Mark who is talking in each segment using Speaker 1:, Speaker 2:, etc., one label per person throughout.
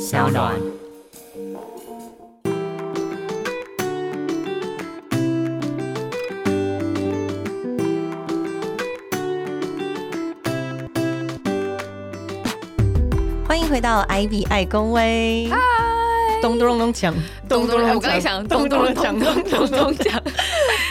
Speaker 1: 小暖。欢迎回到 IB 爱公威，咚咚咚锵，
Speaker 2: 咚咚咚，我刚才想咚咚咚咚咚咚锵，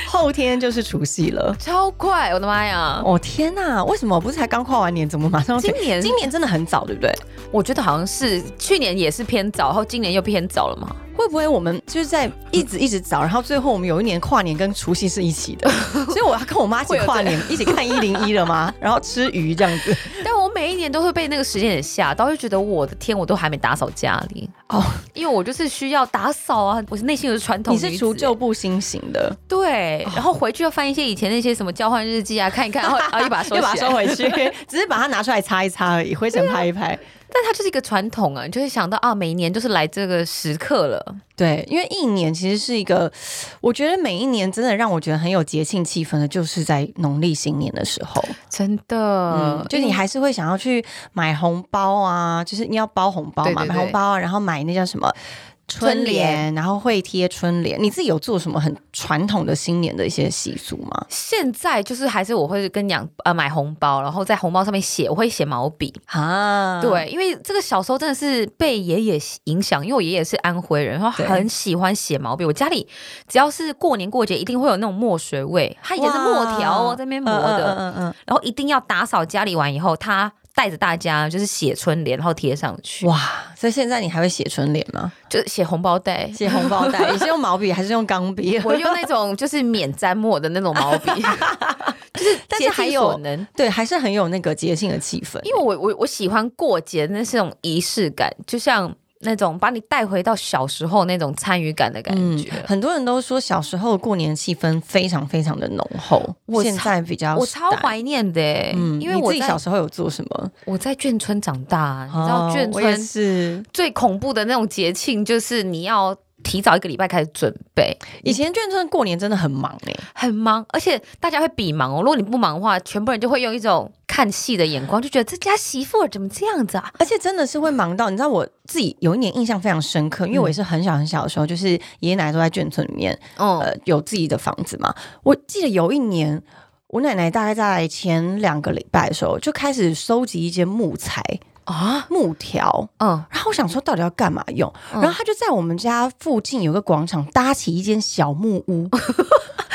Speaker 1: 后天就是除夕了。
Speaker 2: 超快，我的妈呀！
Speaker 1: 哦天呐，为什么不是才刚跨完年，怎么马上要
Speaker 2: 今
Speaker 1: 前
Speaker 2: 年
Speaker 1: 今年真的很早，对不对？
Speaker 2: 我觉得好像是去年也是偏早，然后今年又偏早了嘛。
Speaker 1: 会不会我们就是在一直一直
Speaker 2: 嗯
Speaker 1: 找，然后最后我们有一年跨年跟除夕是一起 的，所以我要跟我妈一起
Speaker 2: 会有
Speaker 1: 跨年，一起看一零一了吗？然后吃鱼这样子。
Speaker 2: 但我每一年都会被那个时间点吓到，就觉得我的天，我都还没打扫家里
Speaker 1: 哦
Speaker 2: 哦， 因为我就是需要打扫啊，我是内心有是传统
Speaker 1: 你
Speaker 2: 女子，
Speaker 1: 是除旧哦布新型的，
Speaker 2: 对，然后回去要翻一些以前那些什么交换日记啊，看一看， 然后然后又把它收
Speaker 1: 又把它
Speaker 2: 起
Speaker 1: 收
Speaker 2: 来。
Speaker 1: 回去，只是把它拿出来擦一擦而已，灰尘
Speaker 2: 啊
Speaker 1: 拍一拍。
Speaker 2: 但它就是一个传统啊，你就会想到啊，每一年就是来这个时刻了，
Speaker 1: 对，因为一年其实是一个，我觉得每一年真的让我觉得很有节庆气氛的，就是在农历新年的时候。
Speaker 2: 真的
Speaker 1: 嗯，，就你还是会想要去买红包啊，就是你要包红包嘛，
Speaker 2: 对对对
Speaker 1: 买红包啊，然后买那叫什么春
Speaker 2: 春联
Speaker 1: 联，然后会贴春联。你自己有做什么很传统的新年的一些习俗吗？
Speaker 2: 现在就是还是我会跟养呃买红包，然后在红包上面写，我会写毛笔。
Speaker 1: 啊，
Speaker 2: 对，因为这个小时候真的是被爷爷影响，因为我爷爷是安徽人，然后
Speaker 1: 对
Speaker 2: 很喜欢写毛笔。我家里只要是过年过节，一定会有那种墨水味，他以前是墨条
Speaker 1: 哇
Speaker 2: 哦，在那边磨的，
Speaker 1: 嗯嗯嗯嗯
Speaker 2: 然后一定要打扫家里完以后，他带着大家就是写春联，然后贴上去，
Speaker 1: 哇，所以现在你还会写春联吗？
Speaker 2: 就是写红包袋。
Speaker 1: 写红包 袋，你是用毛笔还是用钢笔？
Speaker 2: 我用那种就是免沾墨的那种 毛笔，就是
Speaker 1: 但是
Speaker 2: 竭尽
Speaker 1: 还有
Speaker 2: 所能。
Speaker 1: 对，还是很有那个节庆的气氛。
Speaker 2: 因为我我我喜欢过节，那是种仪式感，就像那种把你带回到小时候那种参与感的感觉。
Speaker 1: 嗯很多人都说小时候过年气氛非常非常的浓厚，
Speaker 2: 我
Speaker 1: 现
Speaker 2: 超
Speaker 1: 在比较
Speaker 2: 我超
Speaker 1: 淡
Speaker 2: 怀念的、欸，
Speaker 1: 嗯，
Speaker 2: 因为
Speaker 1: 你
Speaker 2: 我
Speaker 1: 自己
Speaker 2: 在
Speaker 1: 小时候有做什么？
Speaker 2: 我在眷村长大，啊你知道
Speaker 1: 哦
Speaker 2: 眷
Speaker 1: 我也
Speaker 2: 村
Speaker 1: 是
Speaker 2: 最恐怖的那种节庆，就是你要提早一个礼拜开始准备，
Speaker 1: 以前眷村过年真的很忙哎、
Speaker 2: 很忙，欸而且大家会比忙哦。如果你不忙的话，全部人就会用一种看戏的眼光，就觉得这家媳妇儿怎么这样子啊？
Speaker 1: 而且真的是会忙到，你知道我自己有一年印象非常深刻，因为我也是很小很小的时候，就是爷爷奶奶都在眷村里面，
Speaker 2: 嗯，
Speaker 1: 呃，有自己的房子嘛。我记得有一年，我奶奶大概在前两个礼拜的时候就开始收集一些木材、
Speaker 2: 啊，
Speaker 1: 木条，
Speaker 2: 嗯，
Speaker 1: 然后我想说到底要干嘛用，
Speaker 2: 嗯
Speaker 1: 然后他就在我们家附近有个广场搭起一间小木 屋。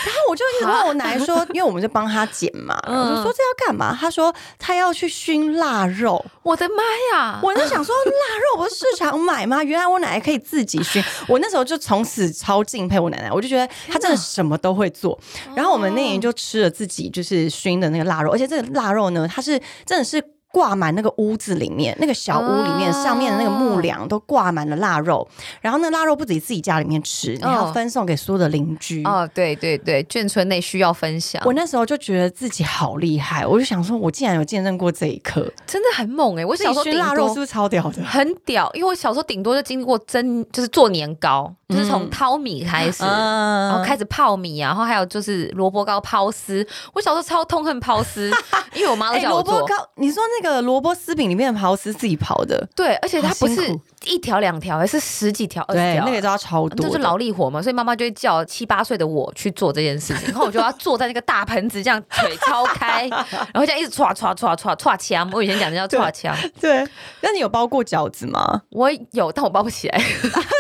Speaker 1: 然后我就一直问我奶奶说，因为我们就帮他剪嘛，
Speaker 2: 嗯
Speaker 1: 我就说这要干嘛？他说他要去熏腊肉。
Speaker 2: 我的妈呀！
Speaker 1: 我就 想说，腊肉不是市场买吗？原来我奶奶可以自己熏。我那时候就从此超敬佩我奶奶，我就觉得她真的什么都会做。然后我们那年就吃了自己就是熏的那个腊肉，而且这个腊肉呢，它是真的是。挂满那个屋子里面，那个小屋里面、
Speaker 2: 哦
Speaker 1: 上面的那个木梁都挂满了腊肉，然后那腊肉不止自己家里面吃，你还要
Speaker 2: 哦
Speaker 1: 分送给所有的邻居。
Speaker 2: 哦，对对对，眷村内需要分享，
Speaker 1: 我那时候就觉得自己好厉害，我就想说，我竟然有见证过这一刻。
Speaker 2: 真的很猛哎、我
Speaker 1: 自
Speaker 2: 小
Speaker 1: 己
Speaker 2: 时候
Speaker 1: 熏
Speaker 2: 顶
Speaker 1: 腊肉是
Speaker 2: 多
Speaker 1: 不是超屌的？
Speaker 2: 很屌，因为我小时候顶多就经历过蒸，就是做年糕，就是从淘米开始。然后
Speaker 1: 嗯
Speaker 2: 开始泡米啊，然后还有就是萝卜糕抛丝。我小时候超痛恨抛丝，因为我妈都
Speaker 1: 哎，
Speaker 2: 叫我
Speaker 1: 萝
Speaker 2: 做。
Speaker 1: 卜糕，你说那个萝卜丝饼里面的刨丝自己刨的，
Speaker 2: 对，而且它
Speaker 1: 好
Speaker 2: 不
Speaker 1: 辛
Speaker 2: 是
Speaker 1: 苦
Speaker 2: 一条两条，欸哦而是十几条、二十
Speaker 1: 对，
Speaker 2: 条。
Speaker 1: 那个都要超
Speaker 2: 这
Speaker 1: 多
Speaker 2: 就是
Speaker 1: 的。
Speaker 2: 劳力活嘛，所以妈妈就会叫七八岁的我去做这件事情，然后我就要坐在那个大盆子，这样腿超开，然后这样一直啊歘歘歘歘歘枪。我以前讲的叫歘枪，
Speaker 1: 对，那你有包过饺子吗？
Speaker 2: 我有，但我包不起来，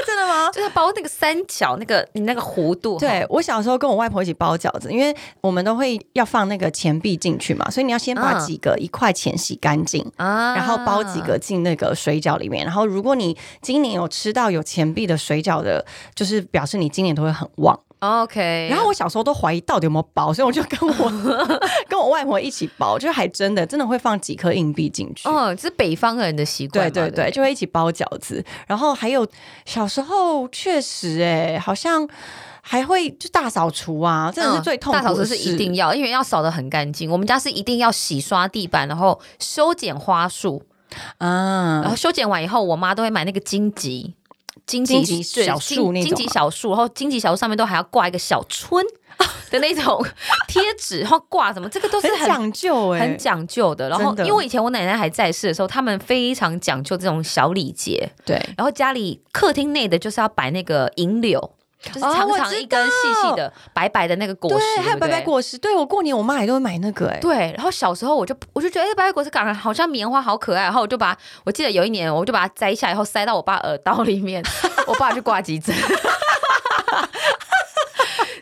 Speaker 1: 真的吗？
Speaker 2: 哦就是包那个三角那个你那个弧度。
Speaker 1: 对我小时候跟我外婆一起包饺子，因为我们都会要放那个钱币进去嘛，所以你要先把
Speaker 2: 嗯
Speaker 1: 几个一块钱洗干净，
Speaker 2: 啊
Speaker 1: 然后包几个进那个水饺里面。然后如果你今年有吃到有钱币的水饺的，就是表示你今年都会很旺。
Speaker 2: 啊，OK，
Speaker 1: 然后我小时候都怀疑到底有没有包，所以我就跟 我跟我外婆一起包，就是还真的真的会放几颗硬币进去。
Speaker 2: 嗯，这是北方人的习惯
Speaker 1: 对
Speaker 2: 嘛，
Speaker 1: 对对，
Speaker 2: 不
Speaker 1: 就会一起包饺子。然后还有小时候确实、欸，好像还会就大扫除啊，真的是
Speaker 2: 嗯
Speaker 1: 最痛苦
Speaker 2: 大
Speaker 1: 的事、
Speaker 2: 扫除是一定要，因为要扫的很干净。我们家是一定要洗刷地板，然后修剪花束，然
Speaker 1: 啊
Speaker 2: 后，修剪完以后，我妈都会买那个荆棘。荆
Speaker 1: 荆棘
Speaker 2: 对
Speaker 1: 小树
Speaker 2: 荆
Speaker 1: 那种
Speaker 2: 荆棘
Speaker 1: 吗
Speaker 2: 小树，然后荆棘小树上面都还要挂一个小春，的那种 贴纸，然后挂什么，这个都是
Speaker 1: 很
Speaker 2: 很
Speaker 1: 讲究哎、
Speaker 2: 很讲究的。然后
Speaker 1: 真，的
Speaker 2: 因为以前我奶奶还在世的时候，他们非常讲究这种小礼节。
Speaker 1: 对。
Speaker 2: 然后家里客厅内的就是要摆那个银柳，就是
Speaker 1: 哦
Speaker 2: 长
Speaker 1: 我
Speaker 2: 长
Speaker 1: 知
Speaker 2: 一根细细
Speaker 1: 道
Speaker 2: 的、白白的那个果实，
Speaker 1: 对，还有
Speaker 2: 不
Speaker 1: 白白
Speaker 2: 对
Speaker 1: 果实，对我过年我妈也都会买那个哎、
Speaker 2: 对，然后小时候我就我就觉得，哎、白果是感觉好像棉花，好可爱。然后我就把我记得有一年，我就把它摘下，以后塞到我爸耳朵 里面，我爸去挂急诊。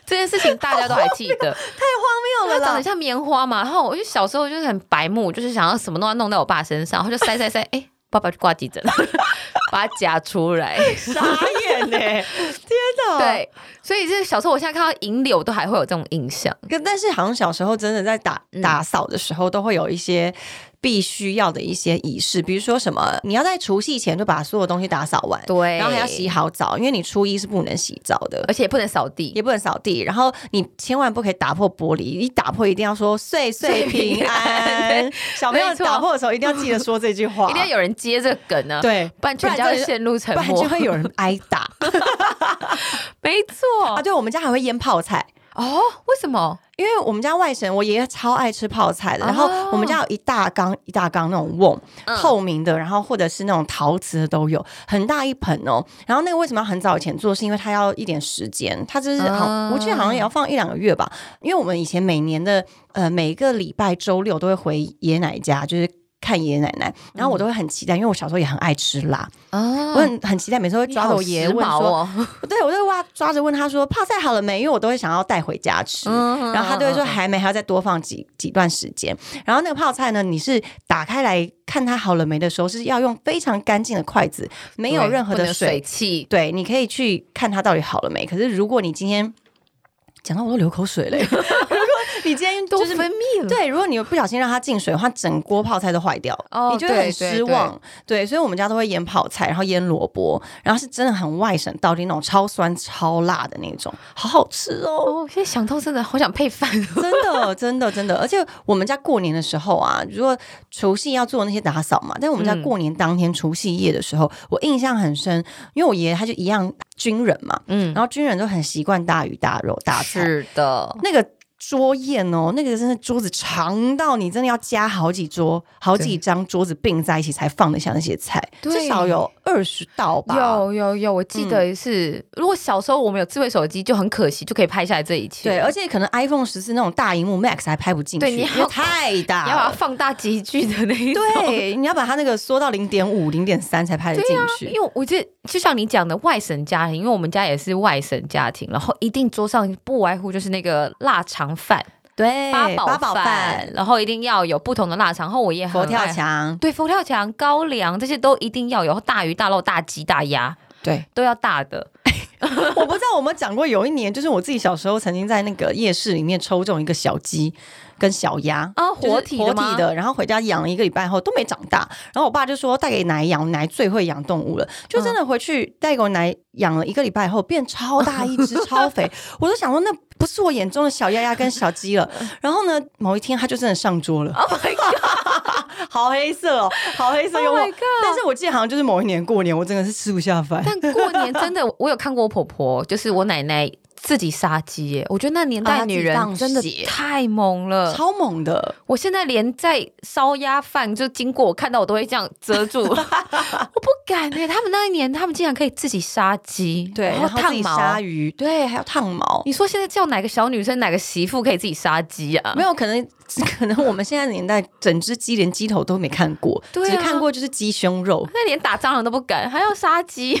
Speaker 2: 这件事情大家都还记得，
Speaker 1: 太荒
Speaker 2: 它
Speaker 1: 谬了
Speaker 2: 长得
Speaker 1: 啦！
Speaker 2: 像棉花嘛。然后我就小时候就是很白目，就是想要什么都要弄在我爸身上，然后就塞塞 塞，哎、爸爸去挂急诊， 把它夹出来。
Speaker 1: 傻眼呢、 天哪！，
Speaker 2: 对，所以这小时候，我现在看到银柳都还会有这种印象。
Speaker 1: 可但是好像小时候真的在打
Speaker 2: 嗯
Speaker 1: 打扫的时候，都会有一些必须要的一些仪式，比如说什么，你要在除夕前就把所有东西打扫完，
Speaker 2: 对
Speaker 1: 然后还要洗，好澡，因为你初一是不能洗澡的。
Speaker 2: 而且也不能扫地。
Speaker 1: 也不能扫地，然后你千万不可以打破玻璃，一打破一定要说岁岁平安。小朋友
Speaker 2: 没错
Speaker 1: 打破的时候一定要记得说这句话，
Speaker 2: 一定要有人接这个梗呢、
Speaker 1: 对，
Speaker 2: 不然全
Speaker 1: 不然
Speaker 2: 家会
Speaker 1: 就是
Speaker 2: 陷入沉
Speaker 1: 不然
Speaker 2: 默
Speaker 1: 就。会有人挨打
Speaker 2: 没错
Speaker 1: 啊！对，我们家还会腌泡菜，
Speaker 2: 哦，为什么？
Speaker 1: 因为我们家外省，我爷爷超爱吃泡菜的。然后
Speaker 2: 哦
Speaker 1: 我们家有一大缸一大缸那种瓮，
Speaker 2: 嗯
Speaker 1: 透明的，然后或者是那种陶瓷的都有，很大一盆哦。然后那个为什么要很早以前做？是因为它要一点时间，它就是好，
Speaker 2: 嗯
Speaker 1: 我记得好像也要放一两个月吧。因为我们以前每年的呃每个礼拜周六都会回爷爷奶奶家，就是。看爷爷奶奶，然
Speaker 2: 嗯
Speaker 1: 后我都会很期待，因为我小时候也很爱吃辣，
Speaker 2: 啊
Speaker 1: 我很很期待，每次会抓着我爷爷问说，
Speaker 2: 哦、
Speaker 1: 对我都会哇抓着问他说泡菜好了没，因为我都会想要带回家吃。
Speaker 2: 嗯
Speaker 1: 然后他就会说
Speaker 2: 嗯嗯嗯
Speaker 1: 还没，还要再多放几几段时间。然后那个泡菜呢，你是打开来看它好了没的时候，是要用非常干净的筷子，没有
Speaker 2: 对
Speaker 1: 任何
Speaker 2: 不
Speaker 1: 的
Speaker 2: 能
Speaker 1: 水。
Speaker 2: 水汽。
Speaker 1: 对，你可以去看它到底好了没。可是如果你今天讲到我都流口水嘞， 如果你今天
Speaker 2: 多
Speaker 1: 就是
Speaker 2: 分泌了，
Speaker 1: 对，如果你不小心让它进水的话，整锅泡菜都坏掉了，
Speaker 2: 哦
Speaker 1: 你就会很
Speaker 2: 对对
Speaker 1: 失望对，所以我们家都会腌泡菜，然后腌萝卜，然后是真的很外省到底那种超酸超辣的那种，好好吃哦。
Speaker 2: 哦，现在想到真的好想配饭。哦
Speaker 1: 真的，真的，真的，而且我们家过年的时候啊，如果除夕要做那些打扫嘛，但我们家
Speaker 2: 嗯
Speaker 1: 过年当天除夕夜的时候，我印象很深，因为我爷爷他就一样军人嘛，
Speaker 2: 嗯，
Speaker 1: 然后军人都很习惯大鱼大肉大菜，
Speaker 2: 是的，
Speaker 1: 那个桌宴哦，那个真的桌子长到你真的要加好几桌、好几张桌子并在一起才放得下那些菜，
Speaker 2: 对
Speaker 1: 至少有二十道吧。
Speaker 2: 有有有，我记得是，如果小时候我们有智慧手机，就很可惜，就可以拍下来这一切。
Speaker 1: 对，而且可能 iPhone 十四那种大荧幕 Max 还拍不进去，
Speaker 2: 对你要
Speaker 1: 因为太大了，
Speaker 2: 你要把它放大集聚的那一种。
Speaker 1: 对，你要把它那个缩到零点五、零点三才拍得进去。
Speaker 2: 啊因为我觉得就像你讲的外省家庭，因为我们家也是外省家庭，然后一定桌上不外乎就是那个腊肠饭、
Speaker 1: 对，
Speaker 2: 八宝
Speaker 1: 八宝
Speaker 2: 饭，然后一定要有不同的腊肠，然后我也很
Speaker 1: 佛跳
Speaker 2: 爱。
Speaker 1: 墙，
Speaker 2: 对，佛跳墙、高粱这些都一定要有，大鱼大肉、大鸡、大鸭
Speaker 1: 对，
Speaker 2: 都要大的。
Speaker 1: 我不知道我们讲过，有一年就是我自己小时候曾经在那个夜市里面抽中一个小鸡跟小鸭
Speaker 2: 啊
Speaker 1: 就是
Speaker 2: 活体的
Speaker 1: 活
Speaker 2: 吗，
Speaker 1: 体的，然后回家养了一个礼拜后都没长大，然后我爸就说带给奶养，奶最会养动物了，就真的回去带给我奶养了一个礼拜后变超大一只超肥，我都想说那不是我眼中的小鸭鸭跟小鸡了，然后呢某一天它就真的上桌了
Speaker 2: Oh my god！
Speaker 1: 好黑色哦，好黑色幽默
Speaker 2: Oh my god
Speaker 1: 但是我记得好像就是某一年过年我真的是吃不下饭，
Speaker 2: 但过年真的，我有看过我婆婆，就是我奶奶自己杀鸡耶。我觉得那年
Speaker 1: 啊
Speaker 2: 代
Speaker 1: 她自己
Speaker 2: 女人
Speaker 1: 放
Speaker 2: 真的
Speaker 1: 血
Speaker 2: 太猛了，
Speaker 1: 超猛的。
Speaker 2: 我现在连在烧鸭饭就经过我看到我都会这样遮 住，我不敢哎、他们那一年，他们竟然可以自己杀鸡，
Speaker 1: 对，
Speaker 2: 然后
Speaker 1: 自
Speaker 2: 烫
Speaker 1: 己
Speaker 2: 毛。
Speaker 1: 杀鱼，对，还有烫毛。
Speaker 2: 你说现在叫哪个小女生、哪个媳妇可以自己杀鸡啊？
Speaker 1: 没有可能，可能我们现在年代整只鸡连鸡头都没看过，
Speaker 2: 对啊
Speaker 1: 只看过就是鸡胸肉，
Speaker 2: 那连打蟑螂都不敢，还要杀鸡。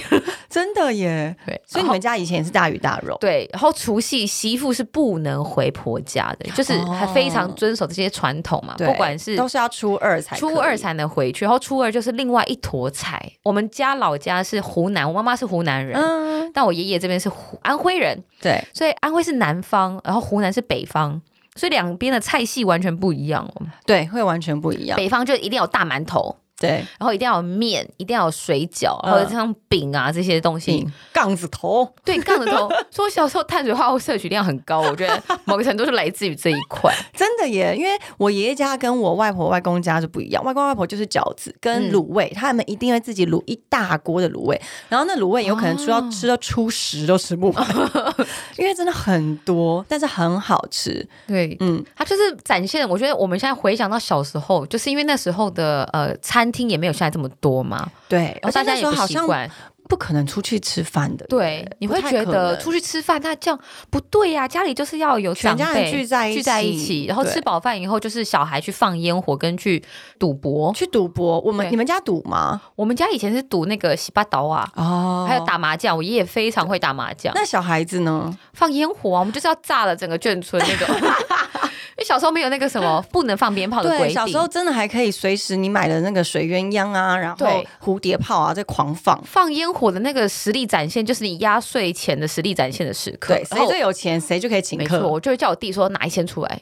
Speaker 1: 真的耶。
Speaker 2: 对，
Speaker 1: 所以你们家以前也是大鱼大肉，
Speaker 2: 对，然后除夕媳妇是不能回婆家的，就是还非常遵守这些传统嘛，
Speaker 1: 哦对
Speaker 2: 不管是
Speaker 1: 都是要初二才可以
Speaker 2: 初二才能回去，然后初二就是另外一坨菜。我们家老家是湖南，我妈妈是湖南人，
Speaker 1: 嗯，
Speaker 2: 但我爷爷这边是湖安徽人，
Speaker 1: 对，
Speaker 2: 所以安徽是南方，然后湖南是北方，所以两边的菜系完全不一样哦。
Speaker 1: 对，会完全不一样。
Speaker 2: 北方就一定有大馒头，
Speaker 1: 对，
Speaker 2: 然后一定要有面，一定要有水饺，
Speaker 1: 嗯
Speaker 2: 或者像饼啊这些东西。
Speaker 1: 饼杠子头，
Speaker 2: 对，杠着 头说小时候碳水化合物摄取量很高，我觉得某个程度是来自于这一块。
Speaker 1: 真的耶！因为我爷爷家跟我外婆外公家是不一样，外公外婆就是饺子跟
Speaker 2: 嗯
Speaker 1: 卤味，他们一定会自己卤一大锅的卤味，然后那卤味有可能吃到、
Speaker 2: 哦
Speaker 1: 吃到初十都吃 不完，因为真的很多，但是很好吃。
Speaker 2: 对，
Speaker 1: 嗯，
Speaker 2: 它就是展现，我觉得我们现在回想到小时候，就是因为那时候的呃餐厅也没有现在这么多嘛，
Speaker 1: 对，而
Speaker 2: 然后
Speaker 1: 且
Speaker 2: 哦大家
Speaker 1: 那
Speaker 2: 也
Speaker 1: 时候
Speaker 2: 不
Speaker 1: 好
Speaker 2: 习
Speaker 1: 像
Speaker 2: 惯，
Speaker 1: 不可能出去吃饭的，
Speaker 2: 对，你会觉得出
Speaker 1: 去
Speaker 2: 去吃饭，那这样不对呀、家里就是要有
Speaker 1: 全
Speaker 2: 长
Speaker 1: 家人
Speaker 2: 辈
Speaker 1: 聚在一
Speaker 2: 聚在一
Speaker 1: 起
Speaker 2: 起，然后
Speaker 1: 对
Speaker 2: 吃饱饭以后就是小孩去放烟火跟去赌博。
Speaker 1: 去赌博，我们
Speaker 2: 对
Speaker 1: 你们家赌吗？
Speaker 2: 我们家以前是赌那个洗巴岛啊。
Speaker 1: 哦
Speaker 2: 还有。打麻将，我爷爷非常会打麻将，
Speaker 1: 那小孩子呢？
Speaker 2: 放烟火啊，我们就是要炸了整个眷村那 种。因为小时候没有那个什么不能放鞭炮的规
Speaker 1: 对，
Speaker 2: 定，
Speaker 1: 小时候真的还可以随时你买的那个水鸳鸯啊，然后
Speaker 2: 对
Speaker 1: 蝴蝶炮啊，在狂放。
Speaker 2: 放烟火的那个实力展现，就是你压岁钱的实力展现的时刻。
Speaker 1: 对，谁
Speaker 2: 然后
Speaker 1: 最有钱谁就可以请
Speaker 2: 没错，
Speaker 1: 客。
Speaker 2: 我就会叫我弟说拿一千 出来，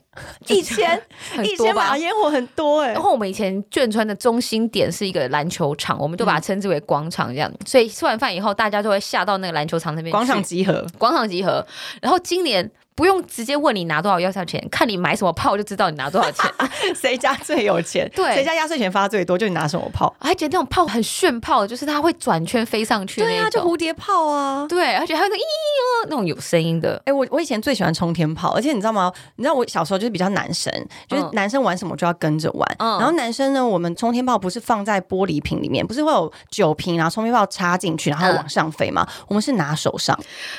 Speaker 1: 一千，
Speaker 2: 很
Speaker 1: 一
Speaker 2: 多
Speaker 1: 千啊
Speaker 2: 吧
Speaker 1: 把。烟火很多哎、
Speaker 2: 然后我们以前眷村的中心点是一个篮球场，我
Speaker 1: 嗯
Speaker 2: 们就把它称之为广场这样。所以吃完饭以后，大家就会下到那个篮球场那边去
Speaker 1: 广场集合，
Speaker 2: 广场集合。然后今年不用直接问你拿多少压岁钱，看你买什么炮就知道你拿多少 钱。
Speaker 1: 谁家最有钱？
Speaker 2: 对
Speaker 1: 谁家压岁钱发最多，就你拿什么炮。
Speaker 2: 而且那种炮很炫炮，就是它会转圈飞上去
Speaker 1: 对
Speaker 2: 那
Speaker 1: 啊，就
Speaker 2: 种。
Speaker 1: 蝴蝶炮啊。
Speaker 2: 对，而且还有那个咦哦那种有声音的。
Speaker 1: 哎、我我以前最喜欢冲天炮，而且你知道吗？你知道我小时候就是比较男生，就是
Speaker 2: 嗯
Speaker 1: 男生玩什么就要跟着玩。
Speaker 2: 嗯
Speaker 1: 然后男生呢，我们冲天炮不是放在玻璃瓶里面，不是会有酒瓶，然后冲天炮插进去，然后
Speaker 2: 嗯
Speaker 1: 往上飞吗？我们是拿手上。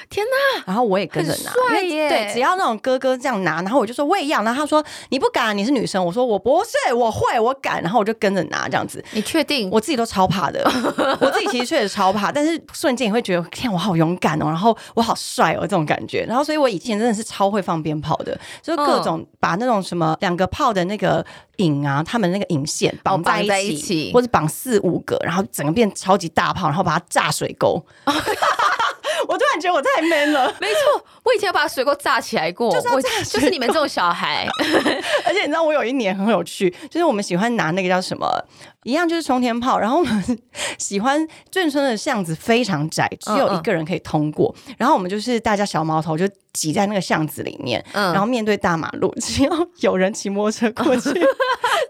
Speaker 2: 天
Speaker 1: 哪！然后我也跟着拿，
Speaker 2: 很帅
Speaker 1: 因为
Speaker 2: 耶
Speaker 1: 对，只要那种哥哥这样拿，然后我就说我也要，然后他说你不敢，你是女生。我说我不是，我会，我敢。然后我就跟着拿这样子。
Speaker 2: 你确定？
Speaker 1: 我自己都超怕 的，我自己其实确实超怕，但是瞬间你会觉得，天，我好勇敢哦，然后我好帅哦，这种感觉。然后，所以我以前真的是超会放鞭炮
Speaker 2: 嗯
Speaker 1: 的，就是各种把那种什么两个炮的那个引啊，他们那个引线绑在
Speaker 2: 绑在
Speaker 1: 一
Speaker 2: 一
Speaker 1: 起，
Speaker 2: 起
Speaker 1: 或者绑四五个，然后整个变超级大炮，然后把它炸水沟。 我突然觉得我太 man 了，
Speaker 2: 没错，我以前有把水果炸起来过，
Speaker 1: 就是要
Speaker 2: 我
Speaker 1: 炸水果
Speaker 2: 就是你们这种 小孩，
Speaker 1: 而且你知道，我有一年很有趣，就是我们喜欢拿那个叫什么，一样就是冲天炮，然后我们 喜欢眷村的巷子非常窄，只有
Speaker 2: 嗯嗯
Speaker 1: 一个人可以通过，然后我们就是大家小毛头就挤在那个巷子里面，
Speaker 2: 嗯，
Speaker 1: 然后面对大马路，只要有人骑摩托车过 去，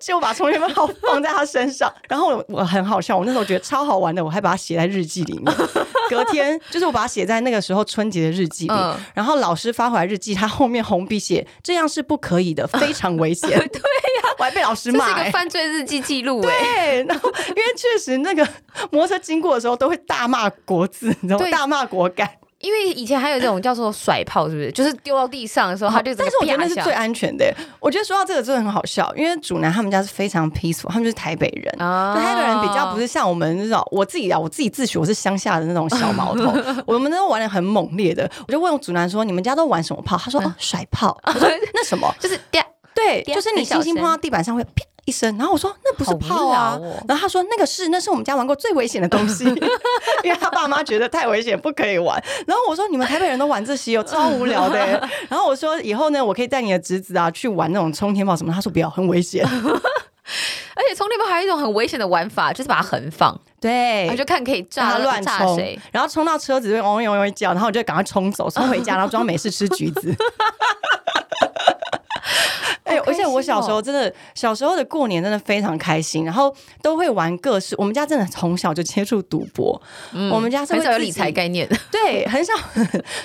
Speaker 1: 就把冲天炮放在他身上。然后我我很好笑，我那时候觉得超好玩的，我还把它写在日记里 面。隔天就是我把它写在那个时候春节的日记里，
Speaker 2: 嗯
Speaker 1: 然后老师发回来日记，他后面红笔写这样是不可以的，非常危 险。对呀、我还被老师
Speaker 2: 这
Speaker 1: 骂、
Speaker 2: 是一
Speaker 1: 欸
Speaker 2: 个。犯罪日记记录哎、
Speaker 1: 对，然后因为确实那个摩托车经过的时候都会大骂国字，你知道吗？
Speaker 2: 对
Speaker 1: 大骂国感。
Speaker 2: 因为以前还有一种叫做甩炮，是不是？就是丢到地上的时候，它就整
Speaker 1: 但
Speaker 2: 个
Speaker 1: 是我觉得
Speaker 2: 啪
Speaker 1: 那
Speaker 2: 一
Speaker 1: 是
Speaker 2: 下
Speaker 1: 最安全的耶。我觉得说到这个真的很好笑，因为主男他们家是非常 peaceful，他们就是台北人。
Speaker 2: 啊
Speaker 1: 就台北人比较不是像我们那种，我自己啊，我自己自诩我是乡下的那种小毛 头，我们都玩的很猛烈的。我就问主男说：“你们家都玩什么炮？”他
Speaker 2: 嗯
Speaker 1: 说：“哦，甩炮。”我说：“那什么？
Speaker 2: 就是掉，
Speaker 1: 对，
Speaker 2: 啪
Speaker 1: 就是你轻轻碰到地板上会啪一声。”然后我说：“那不是炮啊
Speaker 2: 好。无聊哦
Speaker 1: 然后他说：“那个是，那是我们家玩过最危险的东 西，因为他爸妈觉得太危险，不可以玩。”然后我说：“你们台北人都玩这些哦，超无聊的耶。” 然后我说：“以后呢，我可以带你的侄子啊去玩那种冲天炮什么。”他说：“不要，很危险。
Speaker 2: 而且冲天炮还有一种很危险的玩法，就是把它横放，”
Speaker 1: 对
Speaker 2: 然后。就看可以
Speaker 1: 让
Speaker 2: 炸
Speaker 1: 他乱
Speaker 2: 炸
Speaker 1: 冲
Speaker 2: 谁。，
Speaker 1: 然后冲到车子就嗡嗡嗡嗡叫，然后我就赶快冲走，冲回家，然后装没事吃橘 子。哎、
Speaker 2: 好开
Speaker 1: 而且
Speaker 2: 心
Speaker 1: 我小时候
Speaker 2: 哦
Speaker 1: 真的，小时候的过年真的非常开心，然后都会玩各式。我们家真的从小就接触赌博，我们家是
Speaker 2: 很
Speaker 1: 会
Speaker 2: 嗯少有
Speaker 1: 自
Speaker 2: 理
Speaker 1: 己
Speaker 2: 财概念，
Speaker 1: 对，很少，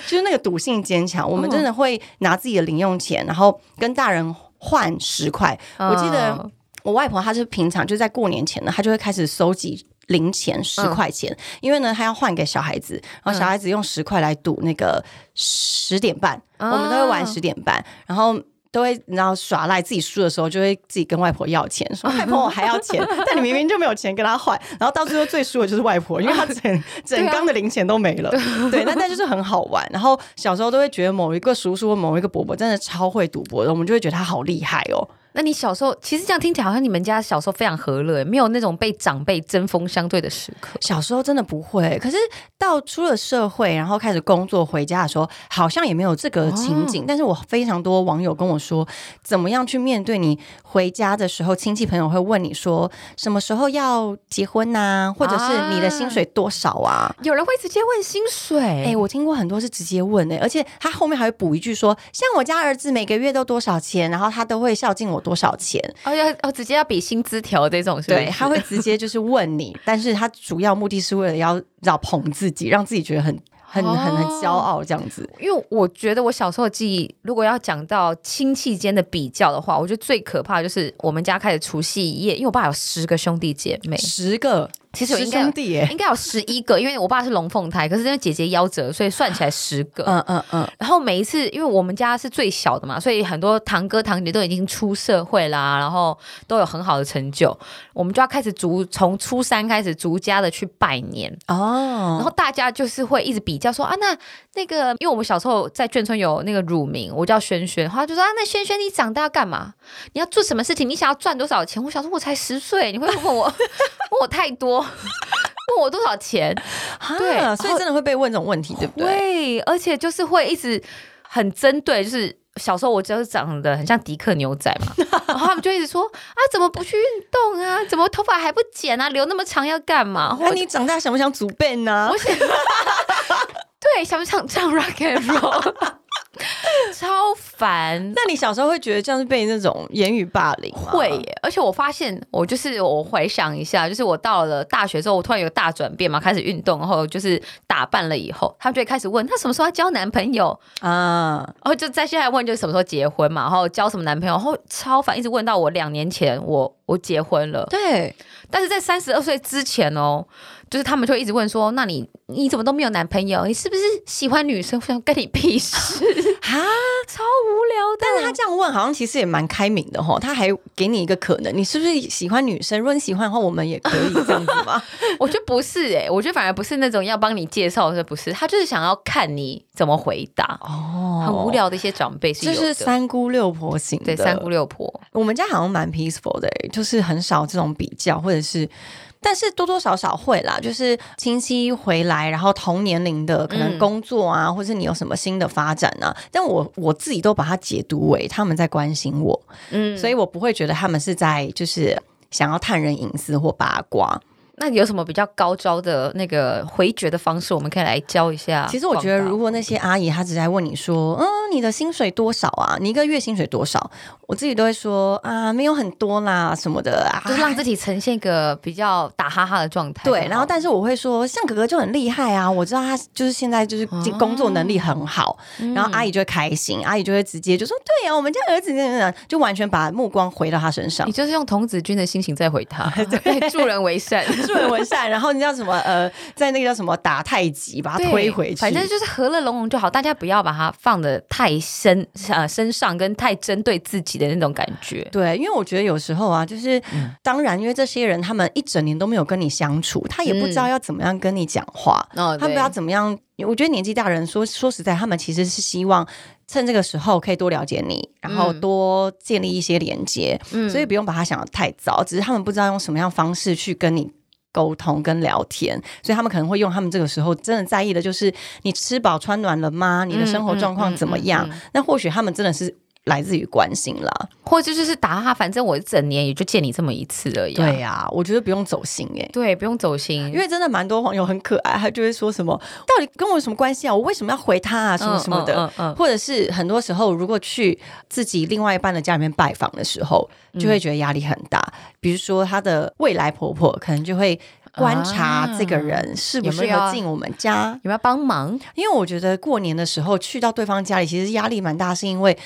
Speaker 1: 就是那个赌性坚强。我们
Speaker 2: 嗯
Speaker 1: 真的会拿自己的零用钱，然后跟大人换十块。我记得
Speaker 2: 嗯
Speaker 1: 我外婆她是平常就在过年前呢，她就会开始收集。零钱十
Speaker 2: 嗯
Speaker 1: 块钱，因为呢，她要换给小孩子，然后小孩子用十块来赌那个十点半，我们都会玩
Speaker 2: 啊
Speaker 1: 十点半，然后都会你知道耍赖，自己输的时候就会自己跟外婆要钱， 说外婆我还要钱，但你明明就没有钱跟她换，然后到最后最输的就是外婆，因为她 整整缸的零钱都没了。
Speaker 2: 啊
Speaker 1: 对，那但就是很好玩。然后小时候都会觉得某一个叔叔或某一个伯伯真的超会赌博的，我们就会觉得他好厉害哦。
Speaker 2: 那你小时候，其实这样听起来好像你们家小时候非常和乐，没有那种被长辈针锋相对的时刻。
Speaker 1: 小时候真的不会，可是到出了社会，然后开始工作回家的时候，好像也没有这个情景。但是我非常多网友跟我说，怎么样去面对你回家的时候，亲戚朋友会问你说什么时候要结婚呐、或者是你的薪水多少啊？
Speaker 2: 有人会直接问薪水，
Speaker 1: 哎、我听过很多是直接问哎、而且他后面还会补一句说，像我家儿子每个月都多少钱，然后他都会孝敬我多少钱，
Speaker 2: 哦要哦直接要比薪资条这种是不是
Speaker 1: 对，他会直接就是问你，但是他主要目的是为了要要捧自己，让自己觉得很很很很骄傲这样子。
Speaker 2: 因为我觉得我小时候的记忆，如果要讲到亲戚间的比较的话，我觉得最可怕的就是我们家开始除夕夜，因为我爸有十个兄弟姐妹，
Speaker 1: 十个，
Speaker 2: 其实我
Speaker 1: 十
Speaker 2: 应该有
Speaker 1: 兄弟耶，
Speaker 2: 应该有十一个，因为我爸是龙凤胎，可是因为姐姐夭折，所以算起来十个。
Speaker 1: 嗯嗯嗯，
Speaker 2: 然后每一次，因为我们家是最小的嘛，所以很多堂哥堂姐都已经出社会啦，然后都有很好的成就，我们就要开始逐从初三开始逐家的去拜年。然
Speaker 1: 哦，
Speaker 2: 后大家就是会一直比较说啊，那那个，因为我们小时候在眷村有那个乳名，我叫轩轩，然后他就说啊，那轩轩你长大要干嘛？你要做什么事情？你想要赚多少钱？我想说我才十岁，你会问我 问我太多， 问我多少钱？对
Speaker 1: 啊所以
Speaker 2: 然后
Speaker 1: 真的会被问这种问题，对不对？
Speaker 2: 对，而且就是会一直很针对，就是。小时候我就是长得很像迪克牛仔嘛，然后他们就一直说啊，怎么不去运动啊？怎么头发还不剪啊？留那么长要干嘛？
Speaker 1: 那、你长大想不想祖辈呢？
Speaker 2: 我 想，对，想不想唱 rock and roll？超烦。
Speaker 1: 那你小时候会觉得这样是被那种言语霸凌吗？
Speaker 2: 会耶，而且我发现，我就是我回想一下，就是我到了大学之后，我突然有大转变嘛，开始运动，然后就是打扮了以后，他们就会开始问，那什么时候要交男朋友？
Speaker 1: 啊，
Speaker 2: 然后就在现在问，就是什么时候结婚嘛，然后交什么男朋友，然后超烦，一直问到我两年前我我结婚了，
Speaker 1: 对，
Speaker 2: 但是在三十二岁之前哦，就是他们就一直问说：“那你你怎么都没有男朋友？你是不是喜欢女生？”我想跟你屁事，
Speaker 1: 哈，
Speaker 2: 超无聊
Speaker 1: 但是他这样问，好像其实也蛮开明的哈。他还给你一个可能，你是不是喜欢女生？如果你喜欢的话，我们也可以这样子吗？
Speaker 2: 但我觉得不是哎、我觉得反而不是那种要帮你介绍的，不是他就是想要看你怎么回答，
Speaker 1: 哦
Speaker 2: 很无。聊的一些长辈是
Speaker 1: 就
Speaker 2: 有
Speaker 1: 是
Speaker 2: 的。
Speaker 1: 三姑六婆型的，
Speaker 2: 对三姑六婆，
Speaker 1: 我们家好像蛮 peaceful 的、欸就是很少这种比较，或者是，但是多多少少会啦，就是亲戚回来，然后同年龄的可能
Speaker 2: 嗯
Speaker 1: 工作啊，或是你有什么新的发展啊，但我我自己都把它解读为他们在关心我，
Speaker 2: 嗯，
Speaker 1: 所以我不会觉得他们是在就是想要探人隐私或八卦。
Speaker 2: 那有什么比较高招的那个回绝的方式，我们可以来教一下广大。
Speaker 1: 其实我觉得，如果那些阿姨她只是在问你说，嗯，你的薪水多少啊？你一个月薪水多少？我自己都会说啊，没有很多啦什么的啊，
Speaker 2: 就是让自己呈现一个比较打哈哈的状态就好了，
Speaker 1: 对，然后但是我会说，像哥哥就很厉害啊，我知道他就是现在就是
Speaker 2: 哦
Speaker 1: 工作能力很好，然后阿姨就会开心，阿姨就会直接就说，对呀、我们家儿子怎样怎样，就完全把目光回到他身上
Speaker 2: 你。就是用童子军的心情在回他， 对，助人为 善。
Speaker 1: 助人为善，然后你知道什么？呃，在那个叫什么打太极，把他推回去。
Speaker 2: 反正就是和乐融融就好，大家不要把它放的太深呃身上，跟太针对自己的那种感觉。
Speaker 1: 对，因为我觉得有时候啊，就是、
Speaker 2: 嗯
Speaker 1: 当然，因为这些人他们一整年都没有跟你相处，他也不知道要怎么样跟你讲话，
Speaker 2: 嗯哦
Speaker 1: 他们不知道怎么样。我觉得年纪大人说说实在，他们其实是希望趁这个时候可以多了解你，然后
Speaker 2: 嗯
Speaker 1: 多建立一些连接，所以不用把它想的太早。只是他们不知道用什么样方式去跟你。沟通跟聊天，所以他们可能会用他们这个时候真的在意的就是你吃饱穿暖了吗？你的生
Speaker 2: 嗯
Speaker 1: 活状况怎么样？那或许他们真的是来自于关心啦。
Speaker 2: 或者就是打哈，反正我一整年也就见你这么一次而已、啊。
Speaker 1: 对呀、我觉得不用走心哎、
Speaker 2: 对，不用走心，
Speaker 1: 因为真的蛮多网友很可爱，他就会说什么“到底跟我有什么关系啊？我为什么要回他啊？什么什么的。
Speaker 2: 嗯嗯嗯嗯
Speaker 1: 或者是很多时候，如果去自己另外一半的家里面拜访的时候，就会觉得压力很大。比如说，她的未来婆婆可能就会观察这个人适不
Speaker 2: 有
Speaker 1: 适
Speaker 2: 没有
Speaker 1: 合
Speaker 2: 要
Speaker 1: 进我们家，
Speaker 2: 有没有帮忙？
Speaker 1: 因为我觉得过年的时候去到对方家里，其实压力蛮大，是因为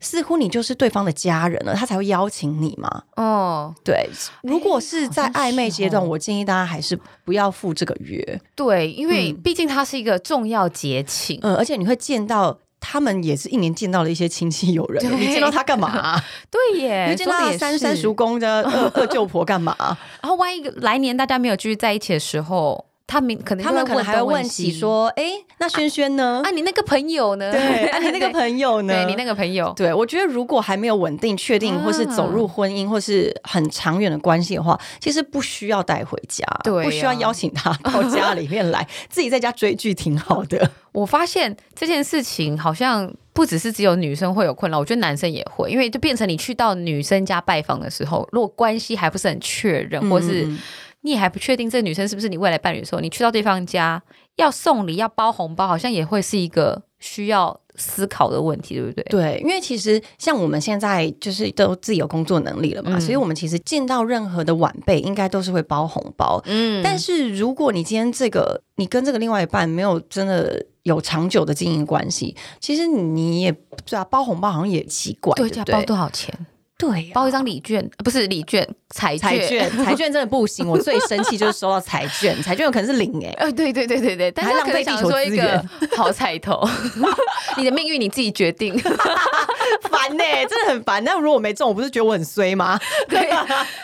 Speaker 1: 似乎你就是对方的家人了，他才会邀请你嘛。
Speaker 2: 哦，
Speaker 1: 对，如果是在
Speaker 2: 好像
Speaker 1: 暧昧
Speaker 2: 是
Speaker 1: 阶段，
Speaker 2: 哦
Speaker 1: 我建议大家还是不要赴这个约。
Speaker 2: 对，因为
Speaker 1: 嗯
Speaker 2: 毕竟它是一个重要节庆。
Speaker 1: 嗯，而且你会见到他们也是一年见到了一些亲戚友人，
Speaker 2: 对
Speaker 1: 你见到他干嘛、
Speaker 2: 啊 对耶，
Speaker 1: 你见
Speaker 2: 说得
Speaker 1: 到
Speaker 2: 也
Speaker 1: 三
Speaker 2: 是
Speaker 1: 三 叔公的二二舅婆干嘛、
Speaker 2: 然后万一来年大家没有继续在一起的时候，他们可能
Speaker 1: 他们可能还会问
Speaker 2: 起
Speaker 1: 起，说：“哎、那轩轩呢？
Speaker 2: 啊，你那个朋友呢？
Speaker 1: 对，啊，你那个朋友呢？
Speaker 2: 对你那个啊朋友，
Speaker 1: 对，我觉得如果还没有稳定、确定，或是走入婚姻，或是很长远的关系的话，其实不需要带回家，
Speaker 2: 对啊
Speaker 1: 不需要邀请他到家里面 来，自己在家追剧挺好的。
Speaker 2: 我发现这件事情好像不只是只有女生会有困扰，我觉得男生也会，因为就变成你去到女生家拜访的时候，如果关系还不是很确认，或是
Speaker 1: 嗯
Speaker 2: 你也还不确定这女生是不是你未来伴侣的时候，你去到对方家要送礼、要包红包，好像也会是一个需要思考的问题，对不对？
Speaker 1: 对，因为其实像我们现在就是都自己有工作能力了嘛，
Speaker 2: 嗯
Speaker 1: 所以我们其实见到任何的晚辈，应该都是会包红包。
Speaker 2: 嗯
Speaker 1: 但是如果你今天这个你跟这个另外一半没有真的有长久的经营关系，其实你也不知道包红包好像也奇怪，
Speaker 2: 对
Speaker 1: 对
Speaker 2: 就要
Speaker 1: 不
Speaker 2: 包
Speaker 1: 对？
Speaker 2: 多少钱？
Speaker 1: 对呀、
Speaker 2: 包一张礼券，呃不是礼券，彩券。
Speaker 1: 彩券，彩券真的不行。我最生气就是收到彩券， 彩券有可能是零哎、
Speaker 2: 呃，对对对对对，但是
Speaker 1: 还
Speaker 2: 他
Speaker 1: 浪
Speaker 2: 可能
Speaker 1: 费地
Speaker 2: 想
Speaker 1: 球
Speaker 2: 说
Speaker 1: 资
Speaker 2: 一个好彩头， 你的命运你自己决定。
Speaker 1: 烦呢、真的很烦。那如果我没中，我不是觉得我很衰吗？
Speaker 2: 对，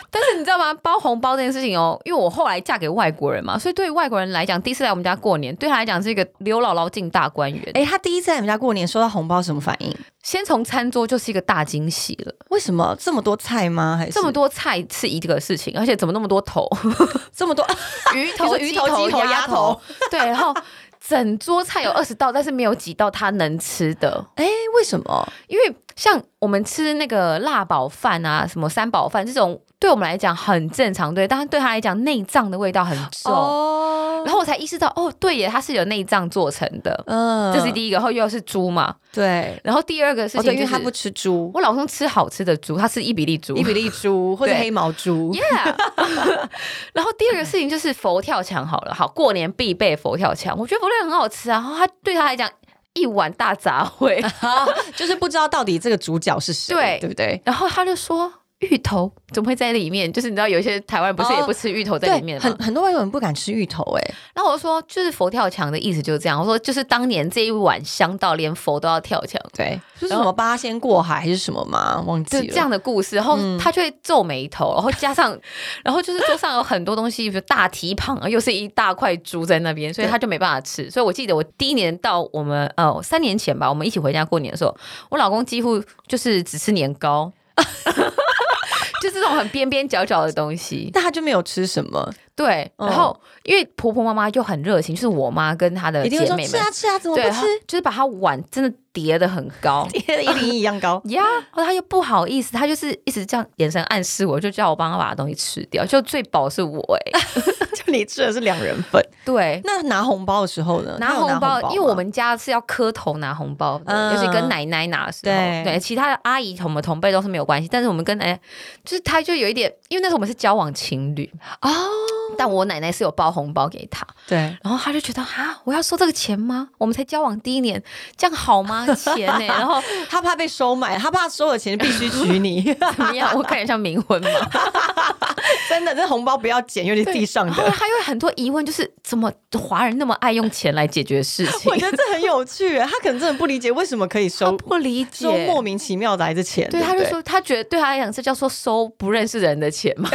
Speaker 2: 但是你知道吗？包红包这件事情哦，因为我后来嫁给外国人嘛，所以对于外国人来讲，第一次来我们家过年，对他来讲是一个刘姥姥进大观园。
Speaker 1: 哎、他第一次来我们家过年，收到红包什么反应？
Speaker 2: 先从餐桌就是一个大惊喜了，
Speaker 1: 为什么这么多菜吗？还是
Speaker 2: 这么多菜是一个事情，而且怎么那么多头？
Speaker 1: 这么多？
Speaker 2: 鱼
Speaker 1: 你
Speaker 2: 头、
Speaker 1: 说鱼
Speaker 2: 鸡
Speaker 1: 头鸡头
Speaker 2: 鸭
Speaker 1: 鸭头，
Speaker 2: 对，然后整桌菜有二十道，但是没有几道他能吃的。
Speaker 1: 哎、为什么？
Speaker 2: 因为像我们吃那个辣煲饭啊，什么三宝饭这种，对我们来讲很正常，对，但是对他来讲，内脏的味道很重。
Speaker 1: 哦，
Speaker 2: 然后我才意识到，哦，对耶，它是有内脏做成的，
Speaker 1: 嗯
Speaker 2: 这是第一个。然后又是猪嘛，
Speaker 1: 对。
Speaker 2: 然后第二个事
Speaker 1: 哦，
Speaker 2: 情、
Speaker 1: 对，
Speaker 2: 就
Speaker 1: 因
Speaker 2: 是
Speaker 1: 为他不吃猪，
Speaker 2: 我老公吃好吃的猪，他吃伊比利猪
Speaker 1: 伊。比利 猪或者
Speaker 2: 对
Speaker 1: 黑毛猪
Speaker 2: Yeah，然 后第二个事情就是佛跳墙好了，好过年必备佛跳墙，我觉得佛跳墙很好吃啊。然后他对他来讲一碗大杂 烩，
Speaker 1: 啊，就是不知道到底这个主角是谁，
Speaker 2: 对
Speaker 1: 对不对？
Speaker 2: 然后他就说芋头怎么会在里面？就是你知道有一些台湾不是
Speaker 1: 哦
Speaker 2: 也不吃芋头在里面吗？
Speaker 1: 很很多外国人不敢吃芋头、哎，
Speaker 2: 然后我就说就是佛跳墙的意思就是这样，我说就是当年这一碗香到连佛都要跳墙。
Speaker 1: 对，就是什
Speaker 2: 然后
Speaker 1: 么八仙过海还是什么吗？忘记
Speaker 2: 就
Speaker 1: 了。嗯
Speaker 2: 这样的故事，然后他就会皱眉头，然后 加上，然后就是桌上有很多东西，比如大蹄膀啊，又是一大块猪在那边，所以
Speaker 1: 对
Speaker 2: 他就没办法吃。所以我记得我第一年到我们呃三年前吧，我们一起回家过年的时候，我老公几乎就是只吃年糕， 就是这种很边边角角的东西。
Speaker 1: 但他就没有吃什么，
Speaker 2: 对，
Speaker 1: 嗯
Speaker 2: 然后因为婆婆妈妈又很热情，就是我妈跟她的
Speaker 1: 一定
Speaker 2: 姐
Speaker 1: 会说
Speaker 2: 妹
Speaker 1: 吃
Speaker 2: 们，
Speaker 1: 啊吃啊，怎么
Speaker 2: 对，
Speaker 1: 不
Speaker 2: 她
Speaker 1: 吃？
Speaker 2: 就是把她碗真的叠的很高，，
Speaker 1: 贴的 一零一一样高
Speaker 2: 呀，然后他又不好意思，他就是一直这样眼神暗示我，就叫我帮他把东西吃掉，就最饱是我
Speaker 1: 啊
Speaker 2: 哎、
Speaker 1: 就你吃的是两人份。
Speaker 2: 对，
Speaker 1: 那拿红包的时候呢？
Speaker 2: 拿
Speaker 1: 他有
Speaker 2: 红包，
Speaker 1: 吗
Speaker 2: 因为我们家是要磕头拿红包的，
Speaker 1: 嗯
Speaker 2: 尤其跟奶奶拿的时候，
Speaker 1: 对
Speaker 2: 对，其他的阿姨同我们同辈都是没有关系，但是我们跟奶奶，就是他就有一点，因为那时候我们是交往情侣，
Speaker 1: 哦，
Speaker 2: 但我奶奶是有包红包给他，
Speaker 1: 对，
Speaker 2: 然后他就觉得啊，我要收这个钱吗？我们才交往第一年，这样好吗？钱呢、然后
Speaker 1: 他怕被收买，他怕收了钱必须娶 你，
Speaker 2: 怎么样？我看起来像冥婚吗？
Speaker 1: 真的，这红包不要捡，尤其
Speaker 2: 对
Speaker 1: 地上
Speaker 2: 然后
Speaker 1: 的。
Speaker 2: 他有很多疑问，就是怎么华人那么爱用钱来解决事情
Speaker 1: 我？觉得这很有趣，他可能真的不理解为什么可以
Speaker 2: 他
Speaker 1: 收
Speaker 2: 不理解
Speaker 1: 收。莫名其妙来的钱。
Speaker 2: 对，
Speaker 1: 不
Speaker 2: 他就 说，他觉得对他来讲，这叫做收不认识人的钱嘛，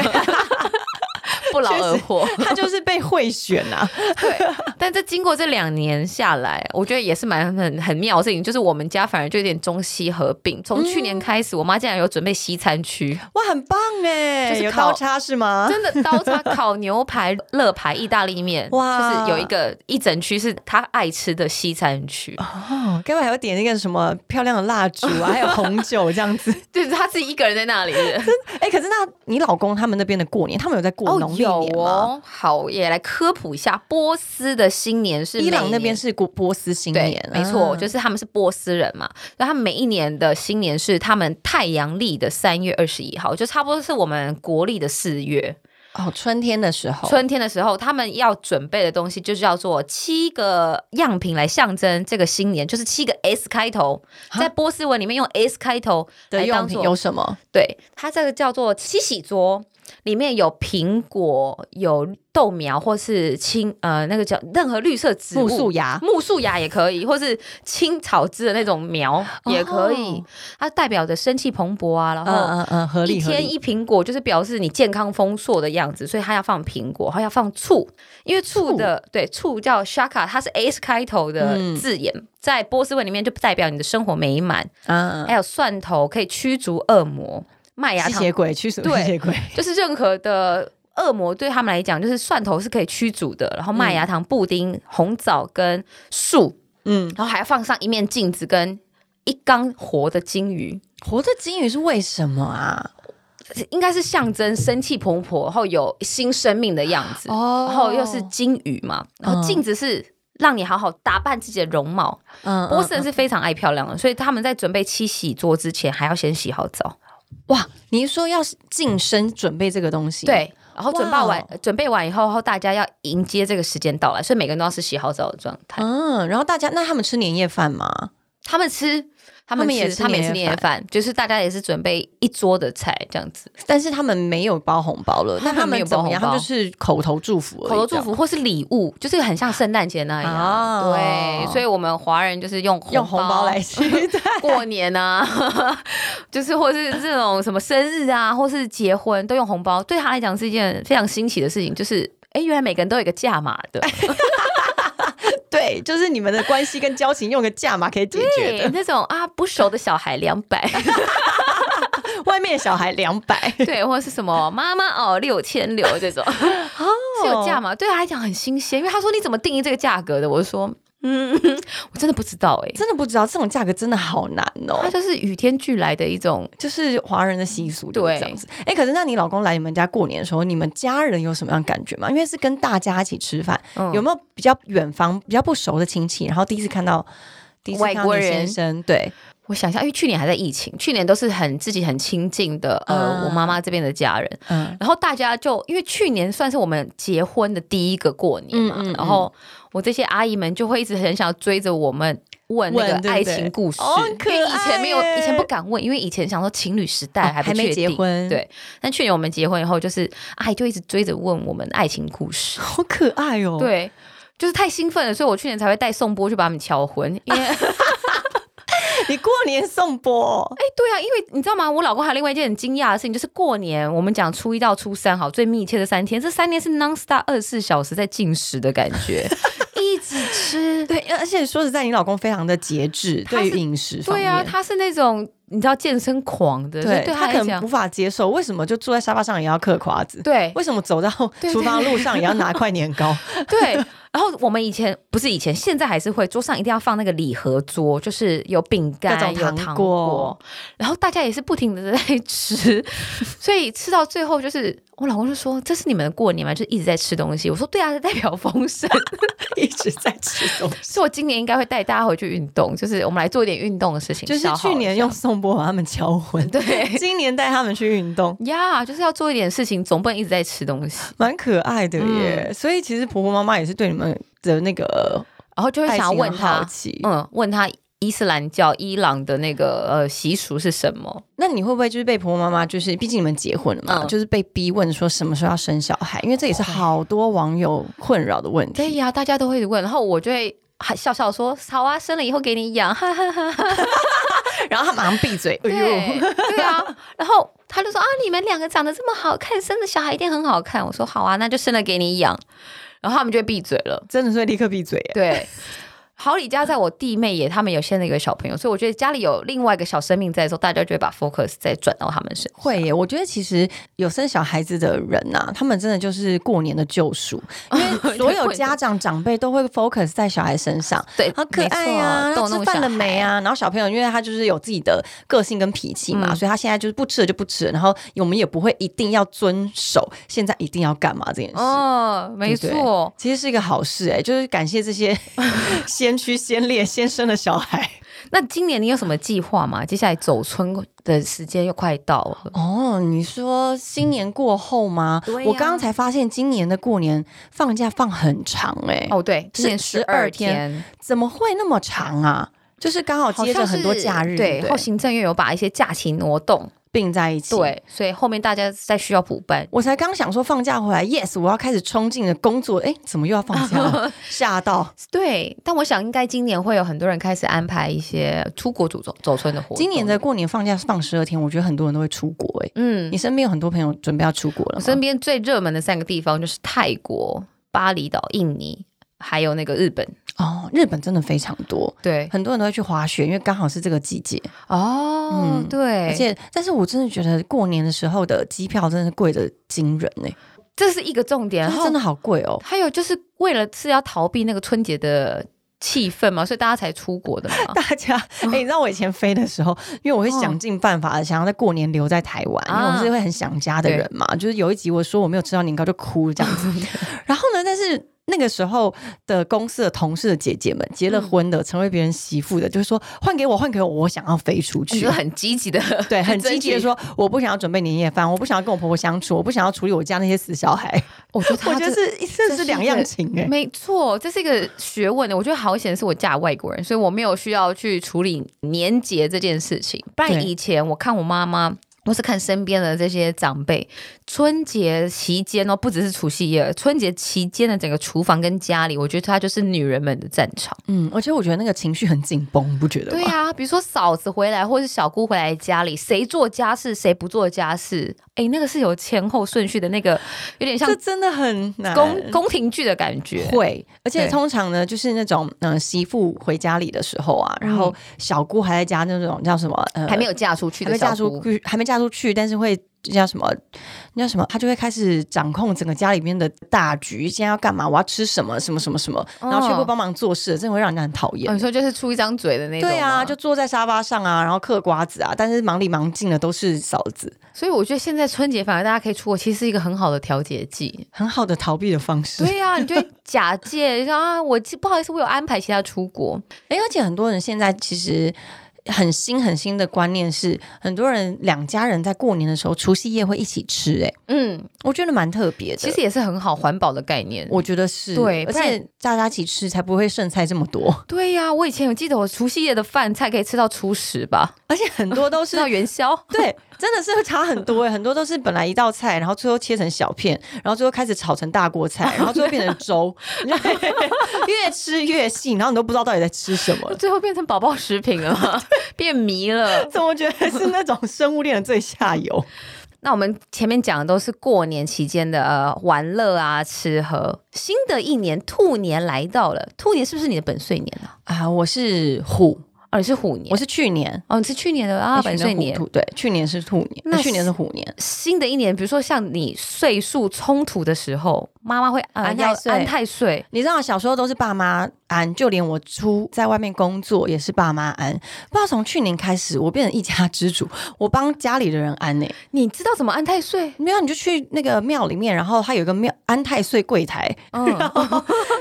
Speaker 2: 不劳而获。
Speaker 1: 他就是被贿选啊。
Speaker 2: 对，但这经过这两年下来，我觉得也是蛮很很妙的事情，就是我们家反而就有点中西合并。从去年开始，我妈竟然有准备西餐区，
Speaker 1: 哇，很棒哎，
Speaker 2: 就是
Speaker 1: 有
Speaker 2: 靠
Speaker 1: 刀叉是吗？
Speaker 2: 真的刀叉烤牛排、乐牌、意大利面，
Speaker 1: 哇
Speaker 2: 就是有一个一整区是她爱吃的西餐区。
Speaker 1: 哦，该不会还会点那个什么漂亮的蜡烛啊，还有红酒这样子？
Speaker 2: 对，他自己一个人在那里。
Speaker 1: 哎、可是那你老公他们那边的过年，他们有在过农历年吗？
Speaker 2: 哦，好耶，来科普一下，波斯的新年是
Speaker 1: 伊
Speaker 2: 每
Speaker 1: 朗
Speaker 2: 一
Speaker 1: 那边
Speaker 2: 年。
Speaker 1: 是过波斯新
Speaker 2: 对
Speaker 1: 年，，
Speaker 2: 没错，
Speaker 1: 啊
Speaker 2: 就是他们是波斯人嘛，所以他们每一年的新年是他们太阳历的三月二十一号，就差不多是我们国历的四月。
Speaker 1: 哦，春天的时候，
Speaker 2: 春天的时候，他们要准备的东西就叫做七个样品来象征这个新年，就是七个 S 开头，
Speaker 1: 哈
Speaker 2: 在波斯文里面用 S 开头
Speaker 1: 啊的
Speaker 2: 来
Speaker 1: 用
Speaker 2: 当
Speaker 1: 品
Speaker 2: 做
Speaker 1: 有什么？
Speaker 2: 对，它这个叫做七喜桌，里面有苹果、有豆苗，或是青呃那个叫任何绿色植物，
Speaker 1: 木素芽
Speaker 2: 木树芽也可以，或是青草枝的那种苗也可以，
Speaker 1: 哦
Speaker 2: 它代表着生气蓬勃啊，然后。
Speaker 1: 嗯嗯，合
Speaker 2: 一
Speaker 1: 合
Speaker 2: 天一苹果，就是表示你健康丰硕的样子，所以它要放苹果，它要放醋，因为醋的对醋叫 shaka，它是 s 开头的
Speaker 1: 嗯
Speaker 2: 字眼，在波斯文里面就代表你的生活美满。
Speaker 1: 嗯，
Speaker 2: 还有蒜头可以驱逐恶魔，麦芽
Speaker 1: 吸
Speaker 2: 糖
Speaker 1: 血鬼驱逐
Speaker 2: 对
Speaker 1: 吸血鬼，
Speaker 2: 就是任何的恶魔对他们来讲，就是蒜头是可以驱逐的，然后麦芽糖、布丁、红枣跟树，
Speaker 1: 嗯，
Speaker 2: 然后还要放上一面镜子跟一缸活的金鱼，
Speaker 1: 活的金鱼是为什么啊？
Speaker 2: 应该是象征生气蓬勃，然后有新生命的样子，
Speaker 1: 哦
Speaker 2: 然后又是金鱼嘛，然后镜子是。让你好好打扮自己的容貌。
Speaker 1: 嗯
Speaker 2: 波士人是非常爱漂亮的，所以他们在准备七喜桌之前，还要先洗好澡。
Speaker 1: 哇，你是说要晋升准备这个东西？，
Speaker 2: 对，然后准备
Speaker 1: 哇哦
Speaker 2: 完、呃准备完以后，然后大家要迎接这个时间到来，所以每个人都要是洗好澡的状态。
Speaker 1: 嗯，然后大家那他们吃年夜饭吗？
Speaker 2: 他们吃，他
Speaker 1: 他
Speaker 2: 们
Speaker 1: 们也
Speaker 2: 吃
Speaker 1: 吃
Speaker 2: 他们也
Speaker 1: 年
Speaker 2: 吃
Speaker 1: 夜
Speaker 2: 年夜饭，就是大家也是准备一桌的菜这样子，
Speaker 1: 但是他们没有包红包了，那
Speaker 2: 他们没有
Speaker 1: 怎
Speaker 2: 包
Speaker 1: 么
Speaker 2: 红
Speaker 1: 样？
Speaker 2: 包
Speaker 1: 他们就是口头祝福而已，
Speaker 2: 口头祝福或是礼物，就是很像圣诞节那样。
Speaker 1: 哦
Speaker 2: 对，所以我们华人就是用
Speaker 1: 这样，用红包来吃。 对
Speaker 2: 过年啊， 就是或是这种什么生日啊，或是结婚都用红包，对他来讲是一件非常新奇的事情，就是。哎，原来每个人都有一个价码的，
Speaker 1: 对，就是你们的关系跟交情用个价码可以解决
Speaker 2: 对
Speaker 1: 的，
Speaker 2: 那种啊不熟的小孩两百，
Speaker 1: 外面小孩两百，
Speaker 2: 对，或者是什么妈妈哦六千六这种，是有价吗？对啊他来讲很新鲜，因为他说你怎么定义这个价格的？我就说嗯，我真的不知道哎、
Speaker 1: 真的不知道这种价格真的好难哦
Speaker 2: 它。就是与天俱来的一种。
Speaker 1: 就是华人的习俗就是
Speaker 2: 对
Speaker 1: 这样子。哎、可是那你老公来你们家过年的时候，你们家人有什么样的感觉吗？因为是跟大家一起吃饭，
Speaker 2: 嗯
Speaker 1: 有没有比较远方、比较不熟的亲戚，然后第一次看到第一次看到
Speaker 2: 外国
Speaker 1: 你先
Speaker 2: 人
Speaker 1: 生，对，
Speaker 2: 我想一下，因为去年还在疫情，去年都是很自己很亲近的，呃，
Speaker 1: 嗯
Speaker 2: 我妈妈这边的家人，
Speaker 1: 嗯
Speaker 2: 然后大家就因为去年算是我们结婚的第一个过年嘛，
Speaker 1: 嗯嗯嗯
Speaker 2: 然后我这些阿姨们就会一直很想要追着我们。问那
Speaker 1: 问
Speaker 2: 个
Speaker 1: 对不
Speaker 2: 爱
Speaker 1: 对
Speaker 2: 情故事，
Speaker 1: 哦很可
Speaker 2: 因为以前没有，
Speaker 1: 爱耶
Speaker 2: 以前不敢问，因为以前想说情侣时代
Speaker 1: 哦
Speaker 2: 还不
Speaker 1: 还没
Speaker 2: 确定
Speaker 1: 结婚
Speaker 2: 对。但去年我们结婚以后，就是阿姨就一直追着问我们爱情故事，
Speaker 1: 好可爱哦、，
Speaker 2: 对，就是太兴奋了，所以我去年才会带宋波去把他们敲婚，因为
Speaker 1: 你过年送播，
Speaker 2: 哎对啊，因为你知道吗？我老公还有另外一件很惊讶的事情，就是过年我们讲初一到初三好，最密切的三天，这三天是 non stop 二十四小时在进食的感 觉，一直吃。
Speaker 1: 对，而且说实在，你老公非常的节制，
Speaker 2: 他
Speaker 1: 对
Speaker 2: 是
Speaker 1: 于饮食方
Speaker 2: 对
Speaker 1: 面，
Speaker 2: 啊，他是那种你知道健身狂的，所以
Speaker 1: 对
Speaker 2: 对
Speaker 1: 他
Speaker 2: 来
Speaker 1: 可能
Speaker 2: 讲
Speaker 1: 无，法接受，为什么就坐在沙发上也要嗑瓜子？
Speaker 2: 对
Speaker 1: 为什么走到
Speaker 2: 对
Speaker 1: 厨房路上也要拿块年 糕？
Speaker 2: 对。然后我们以前不是以前，现在还是会桌上一定要放那个礼盒桌，就是有饼
Speaker 1: 各
Speaker 2: 干、
Speaker 1: 种
Speaker 2: 有
Speaker 1: 糖
Speaker 2: 糖
Speaker 1: 果
Speaker 2: 果，然后大家也是不停的在吃， 所以吃到最后就是我老公就说：“这是你们的过年吗？”就一直在吃东西。我说：“对啊，代表丰 盛。”
Speaker 1: 一直在吃东西。
Speaker 2: 所以我今年应该会带大家回去运动，就是我们来做一点运动的事情，
Speaker 1: 就是
Speaker 2: 消耗
Speaker 1: 去年
Speaker 2: 一下
Speaker 1: 用宋波把他们敲昏，
Speaker 2: 对
Speaker 1: 今年带他们去运动，
Speaker 2: 呀就是要做一点事情，总不能一直在吃东西，
Speaker 1: 蛮可爱的耶。所以其实婆婆妈妈也是对你们的那个
Speaker 2: 然后就会
Speaker 1: 爱
Speaker 2: 想要
Speaker 1: 情
Speaker 2: 问
Speaker 1: 很好
Speaker 2: 他，
Speaker 1: 奇。
Speaker 2: 嗯，问他伊斯兰教伊朗的那个呃习俗是什么？
Speaker 1: 那你会不会就是被婆婆妈妈，就是毕竟你们结婚了嘛，
Speaker 2: 嗯
Speaker 1: 就是被逼问说什么时候要生小孩？因为这也是好多网友困扰的问
Speaker 2: 对
Speaker 1: 题。
Speaker 2: 呀、大家都会问，然后我就会还笑笑说：“好啊，生了以后给你养。”哈哈哈哈。
Speaker 1: 然后她马上闭嘴，哎呦，
Speaker 2: 对对啊，然后他就说：“啊，你们两个长得这么好看，生的小孩一定很好看。”我说：“好啊，那就生了给你养。”然后他们就会闭嘴了。
Speaker 1: 真的是会立刻闭嘴耶。
Speaker 2: 对，好李家在我弟妹也，他们有现在有个小朋友，所以我觉得家里有另外一个小生命在的时候，大家就会把 focus 再转到他们身上。
Speaker 1: 会耶，我觉得其实有生小孩子的人呐、他们真的就是过年的救赎，因 为所有家长长辈都会 focus 在小孩身上，
Speaker 2: 对，
Speaker 1: 好可爱呀、啊！他
Speaker 2: 没错逗弄
Speaker 1: 吃饭了没
Speaker 2: 小孩？
Speaker 1: 啊？然后小朋友，因为他就是有自己的个性跟脾气嘛，
Speaker 2: 嗯
Speaker 1: 所以他现在就是不吃了就不吃了，然后我们也不会一定要遵守现在一定要干嘛这件事。
Speaker 2: 哦，没
Speaker 1: 对不
Speaker 2: 错。
Speaker 1: 其实是一个好事哎、就是感谢这 些先驱、先烈、先生的小孩。
Speaker 2: 那今年你有什么计划吗？接下来走春的时间又快到 了，
Speaker 1: 哦，你说新年过后吗？
Speaker 2: 对呀
Speaker 1: 我刚刚才发现，今年的过年放假放很长哎、
Speaker 2: 哦，对，今年
Speaker 1: 是
Speaker 2: 十二
Speaker 1: 12天
Speaker 2: 天，
Speaker 1: 怎么会那么长啊？就是刚好
Speaker 2: 好
Speaker 1: 接着
Speaker 2: 像
Speaker 1: 很多
Speaker 2: 是
Speaker 1: 假日，对
Speaker 2: 对，
Speaker 1: 不
Speaker 2: 后
Speaker 1: 对，
Speaker 2: 行政院有把一些假期挪动，
Speaker 1: 并在一起。，
Speaker 2: 对，所以后面大家再需要补办。
Speaker 1: 我才刚想说放假回来，yes，我要开始冲劲的工作，哎，怎么又要放假 了？吓到！
Speaker 2: 对，但我想应该今年会有很多人开始安排一些出国走走走村的活动。
Speaker 1: 今年的过年放假是放十二天，我觉得很多人都会出国、哎、
Speaker 2: 嗯
Speaker 1: 你，身边有很多朋友准备要出国了
Speaker 2: 我
Speaker 1: 吗，
Speaker 2: 身边最热门的三个地方就是泰国、巴厘岛、印尼，还有那个日本。
Speaker 1: 哦，日本真的非常多，
Speaker 2: 对，
Speaker 1: 很多人都会去滑雪，因为刚好是这个季节。
Speaker 2: 哦，
Speaker 1: 嗯
Speaker 2: 对，
Speaker 1: 而且，但是我真的觉得过年的时候的机票真的是贵的惊人哎、
Speaker 2: 这是一个重点。
Speaker 1: 然
Speaker 2: 然
Speaker 1: 后
Speaker 2: 后
Speaker 1: 真的好贵哦。
Speaker 2: 还有就是为了是要逃避那个春节的气氛嘛，所以大家才出国的 嘛。
Speaker 1: 大家，哎、你知道我以前飞的时候，因为我会
Speaker 2: 哦
Speaker 1: 想尽办法想要在过年留在台湾，因为我是会很想家的人嘛。就是有一集我说我没有吃到年糕就哭这样子，然后呢，但是。那个时候的公司的同事的姐姐们结了婚的，成为别人媳妇的，就是说换给我，换给我，我想要飞出
Speaker 2: 你
Speaker 1: 去
Speaker 2: 就。很积极的，
Speaker 1: 对，很积极的
Speaker 2: 说。
Speaker 1: 说，我不想要准备年夜饭，我不想要跟我婆婆相处，我不想要处理我家那些死小孩。
Speaker 2: 我觉得他
Speaker 1: 我觉得
Speaker 2: 这
Speaker 1: 是这是两样情哎、
Speaker 2: 没错，这是一个学问的。我觉得好险是我嫁外国人，所以我没有需要去处理年节这件事情。不
Speaker 1: 对
Speaker 2: 然以前我看我妈妈。或是看身边的这些长辈，春节期间哦，不只是除夕夜，春节期间的整个厨房跟家里，我觉得它就是女人们的战场。
Speaker 1: 嗯，而且我觉得那个情绪很紧绷，不觉得吗？
Speaker 2: 对啊，比如说嫂子回来，或是小姑回来家里，谁做家事，谁不做家事，哎，那个是有前后顺序的，那个有点像
Speaker 1: 这真的很难。
Speaker 2: 宫宫廷剧的感觉。
Speaker 1: 会，而且
Speaker 2: 对
Speaker 1: 通常呢，就是那种嗯、媳妇回家里的时候啊，然后小姑还在家那种叫什么呃，
Speaker 2: 嗯还没有嫁出去
Speaker 1: 还
Speaker 2: 的
Speaker 1: 没嫁
Speaker 2: 小
Speaker 1: 出
Speaker 2: 姑，
Speaker 1: 去，还没嫁出去，但是会叫什么那叫什么，她就会开始掌控整个家里面的大局，今天要干嘛，我要吃什么，什么什么什么，然后却不帮忙做事，真的会让人家很讨厌。
Speaker 2: 哦哦，你说就是出一张嘴的那种吗。
Speaker 1: 对啊，就坐在沙发上啊，然后嗑瓜子啊，但是忙里忙进的都是嫂子，。
Speaker 2: 所以我觉得现在春节反而大家可以出国，其实是一个很好的调节剂
Speaker 1: 很好的逃避的方式。
Speaker 2: 对啊，你就会假借说啊，我不好意思，我有安排其他出国。
Speaker 1: 哎，而且很多人现在其实很新很新的观念是，很多人两家人在过年的时候，除夕夜会一起吃、诶哎，
Speaker 2: 嗯，
Speaker 1: 我觉得蛮特别的。
Speaker 2: 其实也是很好环保的概念。
Speaker 1: 我觉得是
Speaker 2: 对
Speaker 1: 而
Speaker 2: 不然
Speaker 1: 且大家一起吃才不会剩菜这么 多，
Speaker 2: 对呀、我以前有记得我除夕夜的饭菜可以吃到初十吧，
Speaker 1: 而且很多都
Speaker 2: 吃
Speaker 1: 是
Speaker 2: 到元宵。
Speaker 1: 对，真的是会差很多哎、很多都是本来一道菜，然后最后切成小片，然后最后开始炒成大锅菜，然后最后变成 粥，你就越吃越细，然后你都不知道到底在吃什么了。
Speaker 2: 最后变成宝宝食品了吗， 变迷了。
Speaker 1: 怎么觉得是那种生物链的最下游？
Speaker 2: 那我们前面讲的都是过年期间的、呃、玩乐啊、吃喝。新的一年兔年来到了，兔年是不是你的本岁年啊？
Speaker 1: 啊，我是虎，
Speaker 2: 哦，你是虎年
Speaker 1: 我，是去年
Speaker 2: 哦，你是去年的啊，本岁年
Speaker 1: 虎。兔对，去年是兔年，
Speaker 2: 那
Speaker 1: 那去年是虎年，
Speaker 2: 新的一年，比如说像你岁数冲突的时候，妈妈会呃
Speaker 1: 安太
Speaker 2: 要
Speaker 1: 岁
Speaker 2: 安太岁，
Speaker 1: 你知道小时候都是爸妈安，就连我出在外面工作也是爸妈安。不知道从去年开始，我变成一家之主，我帮家里的人安呢、
Speaker 2: 你知道怎么安太岁？
Speaker 1: 没有，你就去那个庙里面，然后它有一个庙安太岁柜台， 哦
Speaker 2: 嗯，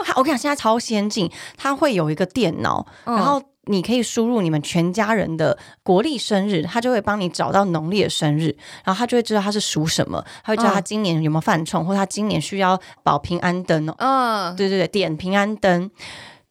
Speaker 1: 它我跟你讲，现在超先进，它会有一个电脑，
Speaker 2: 嗯
Speaker 1: 然后。你可以输入你们全家人的国历生日，它就会帮你找到农历的生日，然后它就会知道他是属什么，它会知道他
Speaker 2: 嗯
Speaker 1: 今年有没有犯冲，或他今年需要保平安灯哦，
Speaker 2: 嗯，
Speaker 1: 对对对，点平安灯，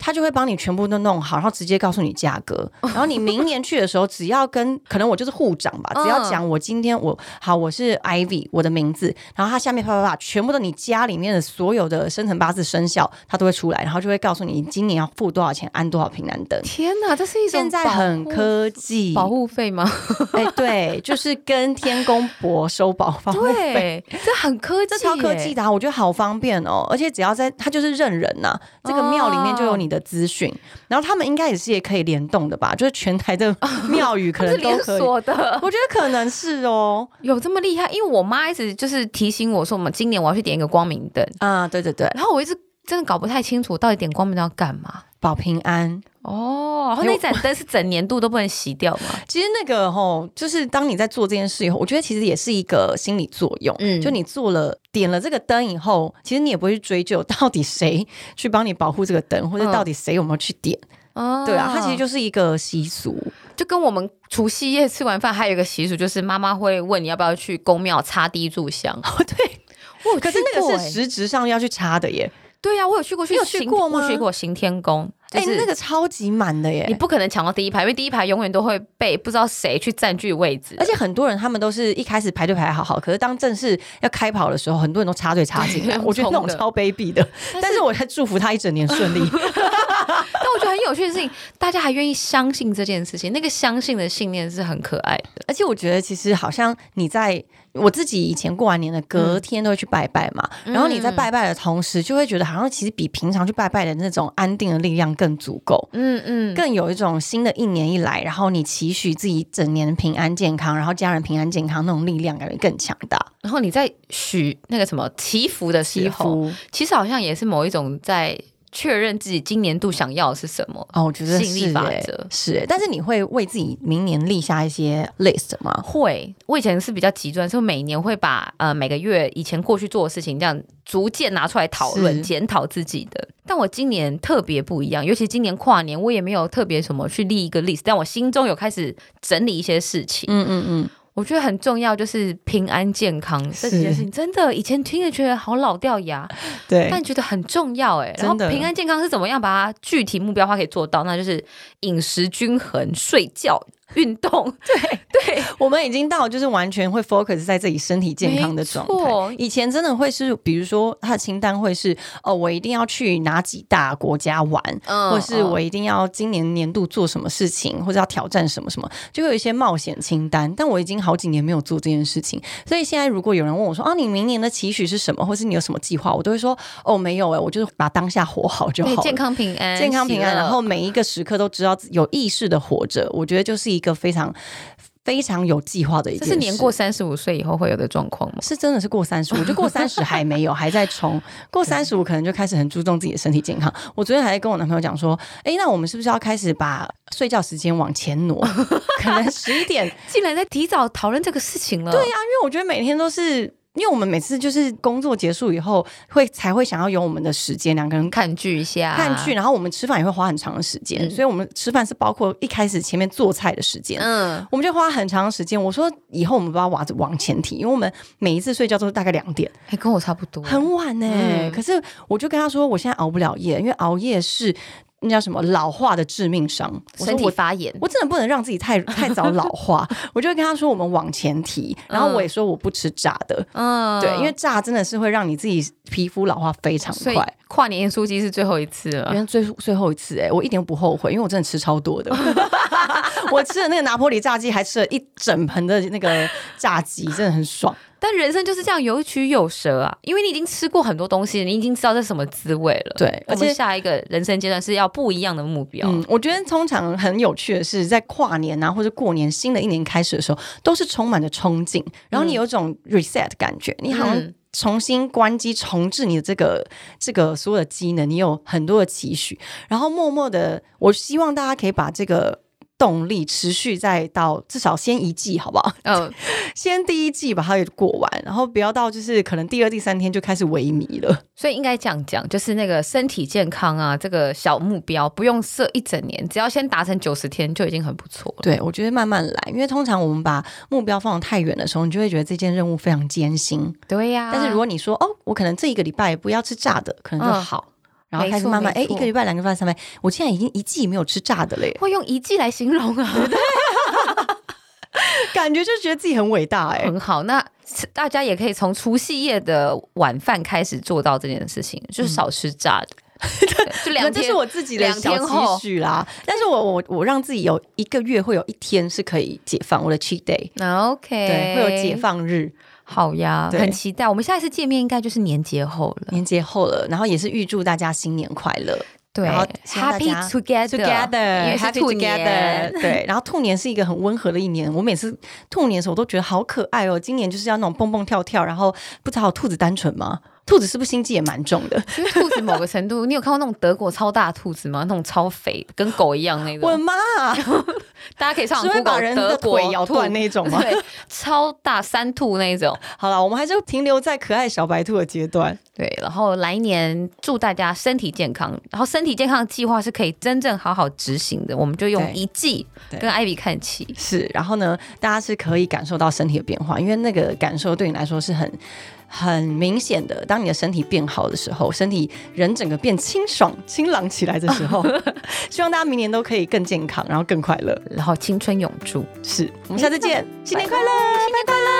Speaker 1: 他就会帮你全部都弄好，然后直接告诉你价 格。然后你明年去的时候，只要跟可能我就是护长吧，
Speaker 2: 嗯
Speaker 1: 只要讲我今天我好我是 Ivy 我的名字，然后他下面啪啪啪，全部都你家里面的所有的生辰八字生肖，他都会出来，然后就会告诉你今年要付多少钱安多少平安灯。
Speaker 2: 天哪，这是一种
Speaker 1: 现在很
Speaker 2: 保护
Speaker 1: 科技，
Speaker 2: 保护 费吗？
Speaker 1: 哎、对，就是跟天公伯收保护费。
Speaker 2: 对，这很科技
Speaker 1: 这
Speaker 2: 耶，
Speaker 1: 超科技的、啊，我觉得好方便哦。而且只要在，它就是认人呐、这个庙里面
Speaker 2: 哦
Speaker 1: 就有你的资讯。然后他们应该也是也可以联动的吧？就是全台 的庙宇可
Speaker 2: 它是
Speaker 1: 能都
Speaker 2: 连
Speaker 1: 可以。
Speaker 2: 锁的，
Speaker 1: 我觉得可能是哦。
Speaker 2: 有这么厉害？因为我妈一直就是提醒我说，我们今年我要去点一个光明灯，
Speaker 1: 啊，对对对，
Speaker 2: 然后我一直真的搞不太清楚到底点光明灯要干嘛。
Speaker 1: 保平安。
Speaker 2: 哦，然后那盏灯是整年度都不能熄掉吗？
Speaker 1: 其实那个吼、就是当你在做这件事以后，我觉得其实也是一个心理作用。
Speaker 2: 嗯
Speaker 1: 就你做了点了这个灯以后，其实你也不会去追究到底谁去帮你保护这个灯，或者
Speaker 2: 嗯
Speaker 1: 到底谁有没有去点。
Speaker 2: 哦
Speaker 1: 对啊，它其实就是一个习俗。
Speaker 2: 就跟我们除夕夜吃完饭还有一个习俗，就是妈妈会问你要不要去公庙插第一炷 香。
Speaker 1: 哦，对。
Speaker 2: 我有
Speaker 1: 可是
Speaker 2: 去
Speaker 1: 那个
Speaker 2: 过
Speaker 1: 是
Speaker 2: 欸
Speaker 1: 实质上要去查的耶。
Speaker 2: 对呀、我有去过去
Speaker 1: 你有
Speaker 2: 行
Speaker 1: 去过吗
Speaker 2: 我去过行天宫，就
Speaker 1: 哎、
Speaker 2: 是
Speaker 1: 那个超级满的耶！
Speaker 2: 你不可能抢到第一排，因为第一排永远都会被不知道谁去占据位置。
Speaker 1: 而且很多人他们都是一开始排队排得好好，可是当正式要开跑的时候，很多人都插队插进来，
Speaker 2: 对
Speaker 1: 我觉得那种
Speaker 2: 冲的
Speaker 1: 超卑鄙的。但是我在祝福他一整年顺利。
Speaker 2: 但我觉得很有趣的事情，大家还愿意相信这件事情，那个相信的信念是很可爱的。
Speaker 1: 而且我觉得其实好像你在我自己以前过完年的
Speaker 2: 嗯
Speaker 1: 隔天都会去拜拜嘛，然后你在拜拜的同时，就会觉得好像其实比平常去拜拜的那种安定的力量更足够。
Speaker 2: 嗯嗯，
Speaker 1: 更有一种新的一年一来，然后你期许自己整年平安健康，然后家人平安健康那种力量感觉更强大。
Speaker 2: 然后你在许那个什么祈福的时
Speaker 1: 祈
Speaker 2: 候，
Speaker 1: 福
Speaker 2: 其实好像也是某一种在确认自己今年度想要的是什么。
Speaker 1: 哦，我觉得
Speaker 2: 吸引力
Speaker 1: 是
Speaker 2: 法
Speaker 1: 欸
Speaker 2: 则
Speaker 1: 是欸，但是你会为自己明年立下一些 list 吗？
Speaker 2: 会，我以前是比较极端，所以我每年会把呃每个月以前过去做的事情，这样逐渐拿出来讨
Speaker 1: 是
Speaker 2: 论、检讨自己的。但我今年特别不一样，尤其今年跨年，我也没有特别什么去立一个 list，但我心中有开始整理一些事情。
Speaker 1: 嗯嗯嗯，
Speaker 2: 我觉得很重要，就是平安健康这
Speaker 1: 是
Speaker 2: 几件事情，真的以前听着觉得好老掉牙，
Speaker 1: 对
Speaker 2: 但觉得很重要哎。然后
Speaker 1: 真的
Speaker 2: 平安健康是怎么样把它具体目标化可以做到？那就是饮食均衡、睡觉、运动。 对对，
Speaker 1: 我们已经到就是完全会 focus 在自己身体健康的状
Speaker 2: 没
Speaker 1: 态
Speaker 2: 错。
Speaker 1: 以前真的会是，比如说他的清单会是，哦，我一定要去哪几大国家玩，
Speaker 2: 嗯
Speaker 1: 或是我一定要今年年度做什么事情，或者要挑战什么什么，就有一些冒险清单。但我已经好几年没有做这件事情，所以现在如果有人问我说，啊，你明年的期许是什么，或是你有什么计划，我都会说，哦，没有哎、我就是把当下活好就好
Speaker 2: 对
Speaker 1: 了。
Speaker 2: 健康平安，啊
Speaker 1: 健康平安，
Speaker 2: 喜乐
Speaker 1: 然后每一个时刻都知道自有意识的活着，我觉得就是一个非常非常有计划的一
Speaker 2: 这
Speaker 1: 件事。
Speaker 2: 是年过三十五岁以后会有的状况吗？
Speaker 1: 是真的是过三十，我觉得过三十还没有，还在 冲。过三十，我可能就开始很注重自己的身体健康。我昨天还在跟我男朋友讲说，哎，那我们是不是要开始把睡觉时间往前挪？可能十一点，因
Speaker 2: 竟然在提早讨论这个事情了，对呀、
Speaker 1: 为我觉得每天都是。因为我们每次就是工作结束以后，会才会想要有我们的时间，两个人
Speaker 2: 看剧一下，
Speaker 1: 看剧，，然后我们吃饭也会花很长的时间，
Speaker 2: 啊嗯
Speaker 1: 所以我们吃饭是包括一开始前面做菜的时间。
Speaker 2: 嗯，
Speaker 1: 我们就花很长的时间。我说以后我们把娃子往前提，因为我们每一次睡觉都是大概两点，
Speaker 2: 哎、跟我差不多，
Speaker 1: 很晚呢、
Speaker 2: 嗯
Speaker 1: 可是我就跟他说，我现在熬不了夜，因为熬夜是那叫什么老化的致命伤。我说
Speaker 2: 身体
Speaker 1: 我
Speaker 2: 发炎，
Speaker 1: 我真的不能让自己 太太早老化。我就跟他说，我们往前提，然后我也说我不吃炸的，
Speaker 2: 嗯
Speaker 1: 对，因为炸真的是会让你自己皮肤老化非常
Speaker 2: 所以
Speaker 1: 快。
Speaker 2: 跨年演出机是最后一次了
Speaker 1: 原。来最最后一次哎、我一点不后悔，因为我真的吃超多的。 我吃了那个拿坡里炸鸡，还吃了一整盆的那个炸鸡，真的很 爽。
Speaker 2: 但人生就是这样有取有舍啊，因为你已经吃过很多东西，你已经知道这是什么滋味了。
Speaker 1: 对而
Speaker 2: 而
Speaker 1: 且
Speaker 2: 且下一个人生阶段是要不一样的目标。
Speaker 1: 嗯，我觉得通常很有趣的是，在跨年啊，或者过年新的一年开始的时候，都是充满着憧憬，然后你有种 reset 的感觉，你好像
Speaker 2: 嗯
Speaker 1: 重新关机、重置你的这个这个所有的机能，你有很多的期许，然后默默的，我希望大家可以把这个。动力持续再到至少先一季，好不好？
Speaker 2: 嗯，
Speaker 1: 先第一季把它给过完，然后不要到就是可能第二、第三天就开始萎靡了。
Speaker 2: 所以应该这样讲，就是那个身体健康啊，这个小目标不用设一整年，只要先达成九十天就已经很不错了。
Speaker 1: 对，我觉得慢慢来，因为通常我们把目标放得太远的时候，你就会觉得这件任务非常艰辛。
Speaker 2: 对呀、
Speaker 1: 但是如果你说哦，我可能这一个礼拜不要吃炸的，可能就好，然后
Speaker 2: 没
Speaker 1: 开始
Speaker 2: 错
Speaker 1: 慢慢，
Speaker 2: 没
Speaker 1: 哎，一
Speaker 2: 错，
Speaker 1: 个礼拜、两个礼拜、三拜，我现在已经一季没有吃炸的嘞
Speaker 2: 会用一季来形容啊，
Speaker 1: 感觉就觉得自己很伟大 哎、
Speaker 2: 很好。那大家也可以从除夕夜的晚饭开始做到这件事情，就是少吃炸 的，对就
Speaker 1: 嗯
Speaker 2: 两
Speaker 1: 这
Speaker 2: 天
Speaker 1: 是我自己的
Speaker 2: 两
Speaker 1: 小
Speaker 2: 天后
Speaker 1: 期许啦，但是我我我让自己有一个月会有一天是可以解放我的 cheat day，
Speaker 2: 那 OK，
Speaker 1: 对，会有解，放日，
Speaker 2: 好呀，
Speaker 1: 对
Speaker 2: 很期待。我们下一次见面应该就是年节后了，
Speaker 1: 年节后了，然后也是预祝大家新年快乐。
Speaker 2: 对
Speaker 1: 然后希望大
Speaker 2: ，Happy
Speaker 1: 家
Speaker 2: Together，, 因为是
Speaker 1: together，happy
Speaker 2: 兔年
Speaker 1: together，对。 然后兔年是一个很温和的一年，我每次兔年的时候我都觉得好可爱哦。今年就是要那种蹦蹦跳跳，然后不知道兔子单纯吗？兔子是不是心机也蛮重的？
Speaker 2: 其实兔子某个程度，你有看过那种德国超大兔子吗？那种超肥，跟狗一样那
Speaker 1: 我
Speaker 2: 种。
Speaker 1: 妈 啊，
Speaker 2: 大家可以上
Speaker 1: 只会
Speaker 2: Google
Speaker 1: 把人的
Speaker 2: 德国
Speaker 1: 腿咬断
Speaker 2: 兔
Speaker 1: 那种吗
Speaker 2: 对，超大山兔那种。
Speaker 1: 好了，我们还是停留在可爱小白兔的阶段。
Speaker 2: 对，然后来年祝大家身体健康，然后身体健康的计划是可以真正好好执行的，我们就
Speaker 1: 对
Speaker 2: 用一季
Speaker 1: 对
Speaker 2: 跟艾比看齐。
Speaker 1: 是，然后呢，大家是可以感受到身体的变化，因为那个感受对你来说是很很明显的，当你的身体变好的时候，身体人整个变清爽、清朗起来的时候， 希望大家明年都可以更健康，然后更快乐。
Speaker 2: 然后青春永驻。
Speaker 1: 是我们下次见，新年快乐，
Speaker 2: 新年快乐！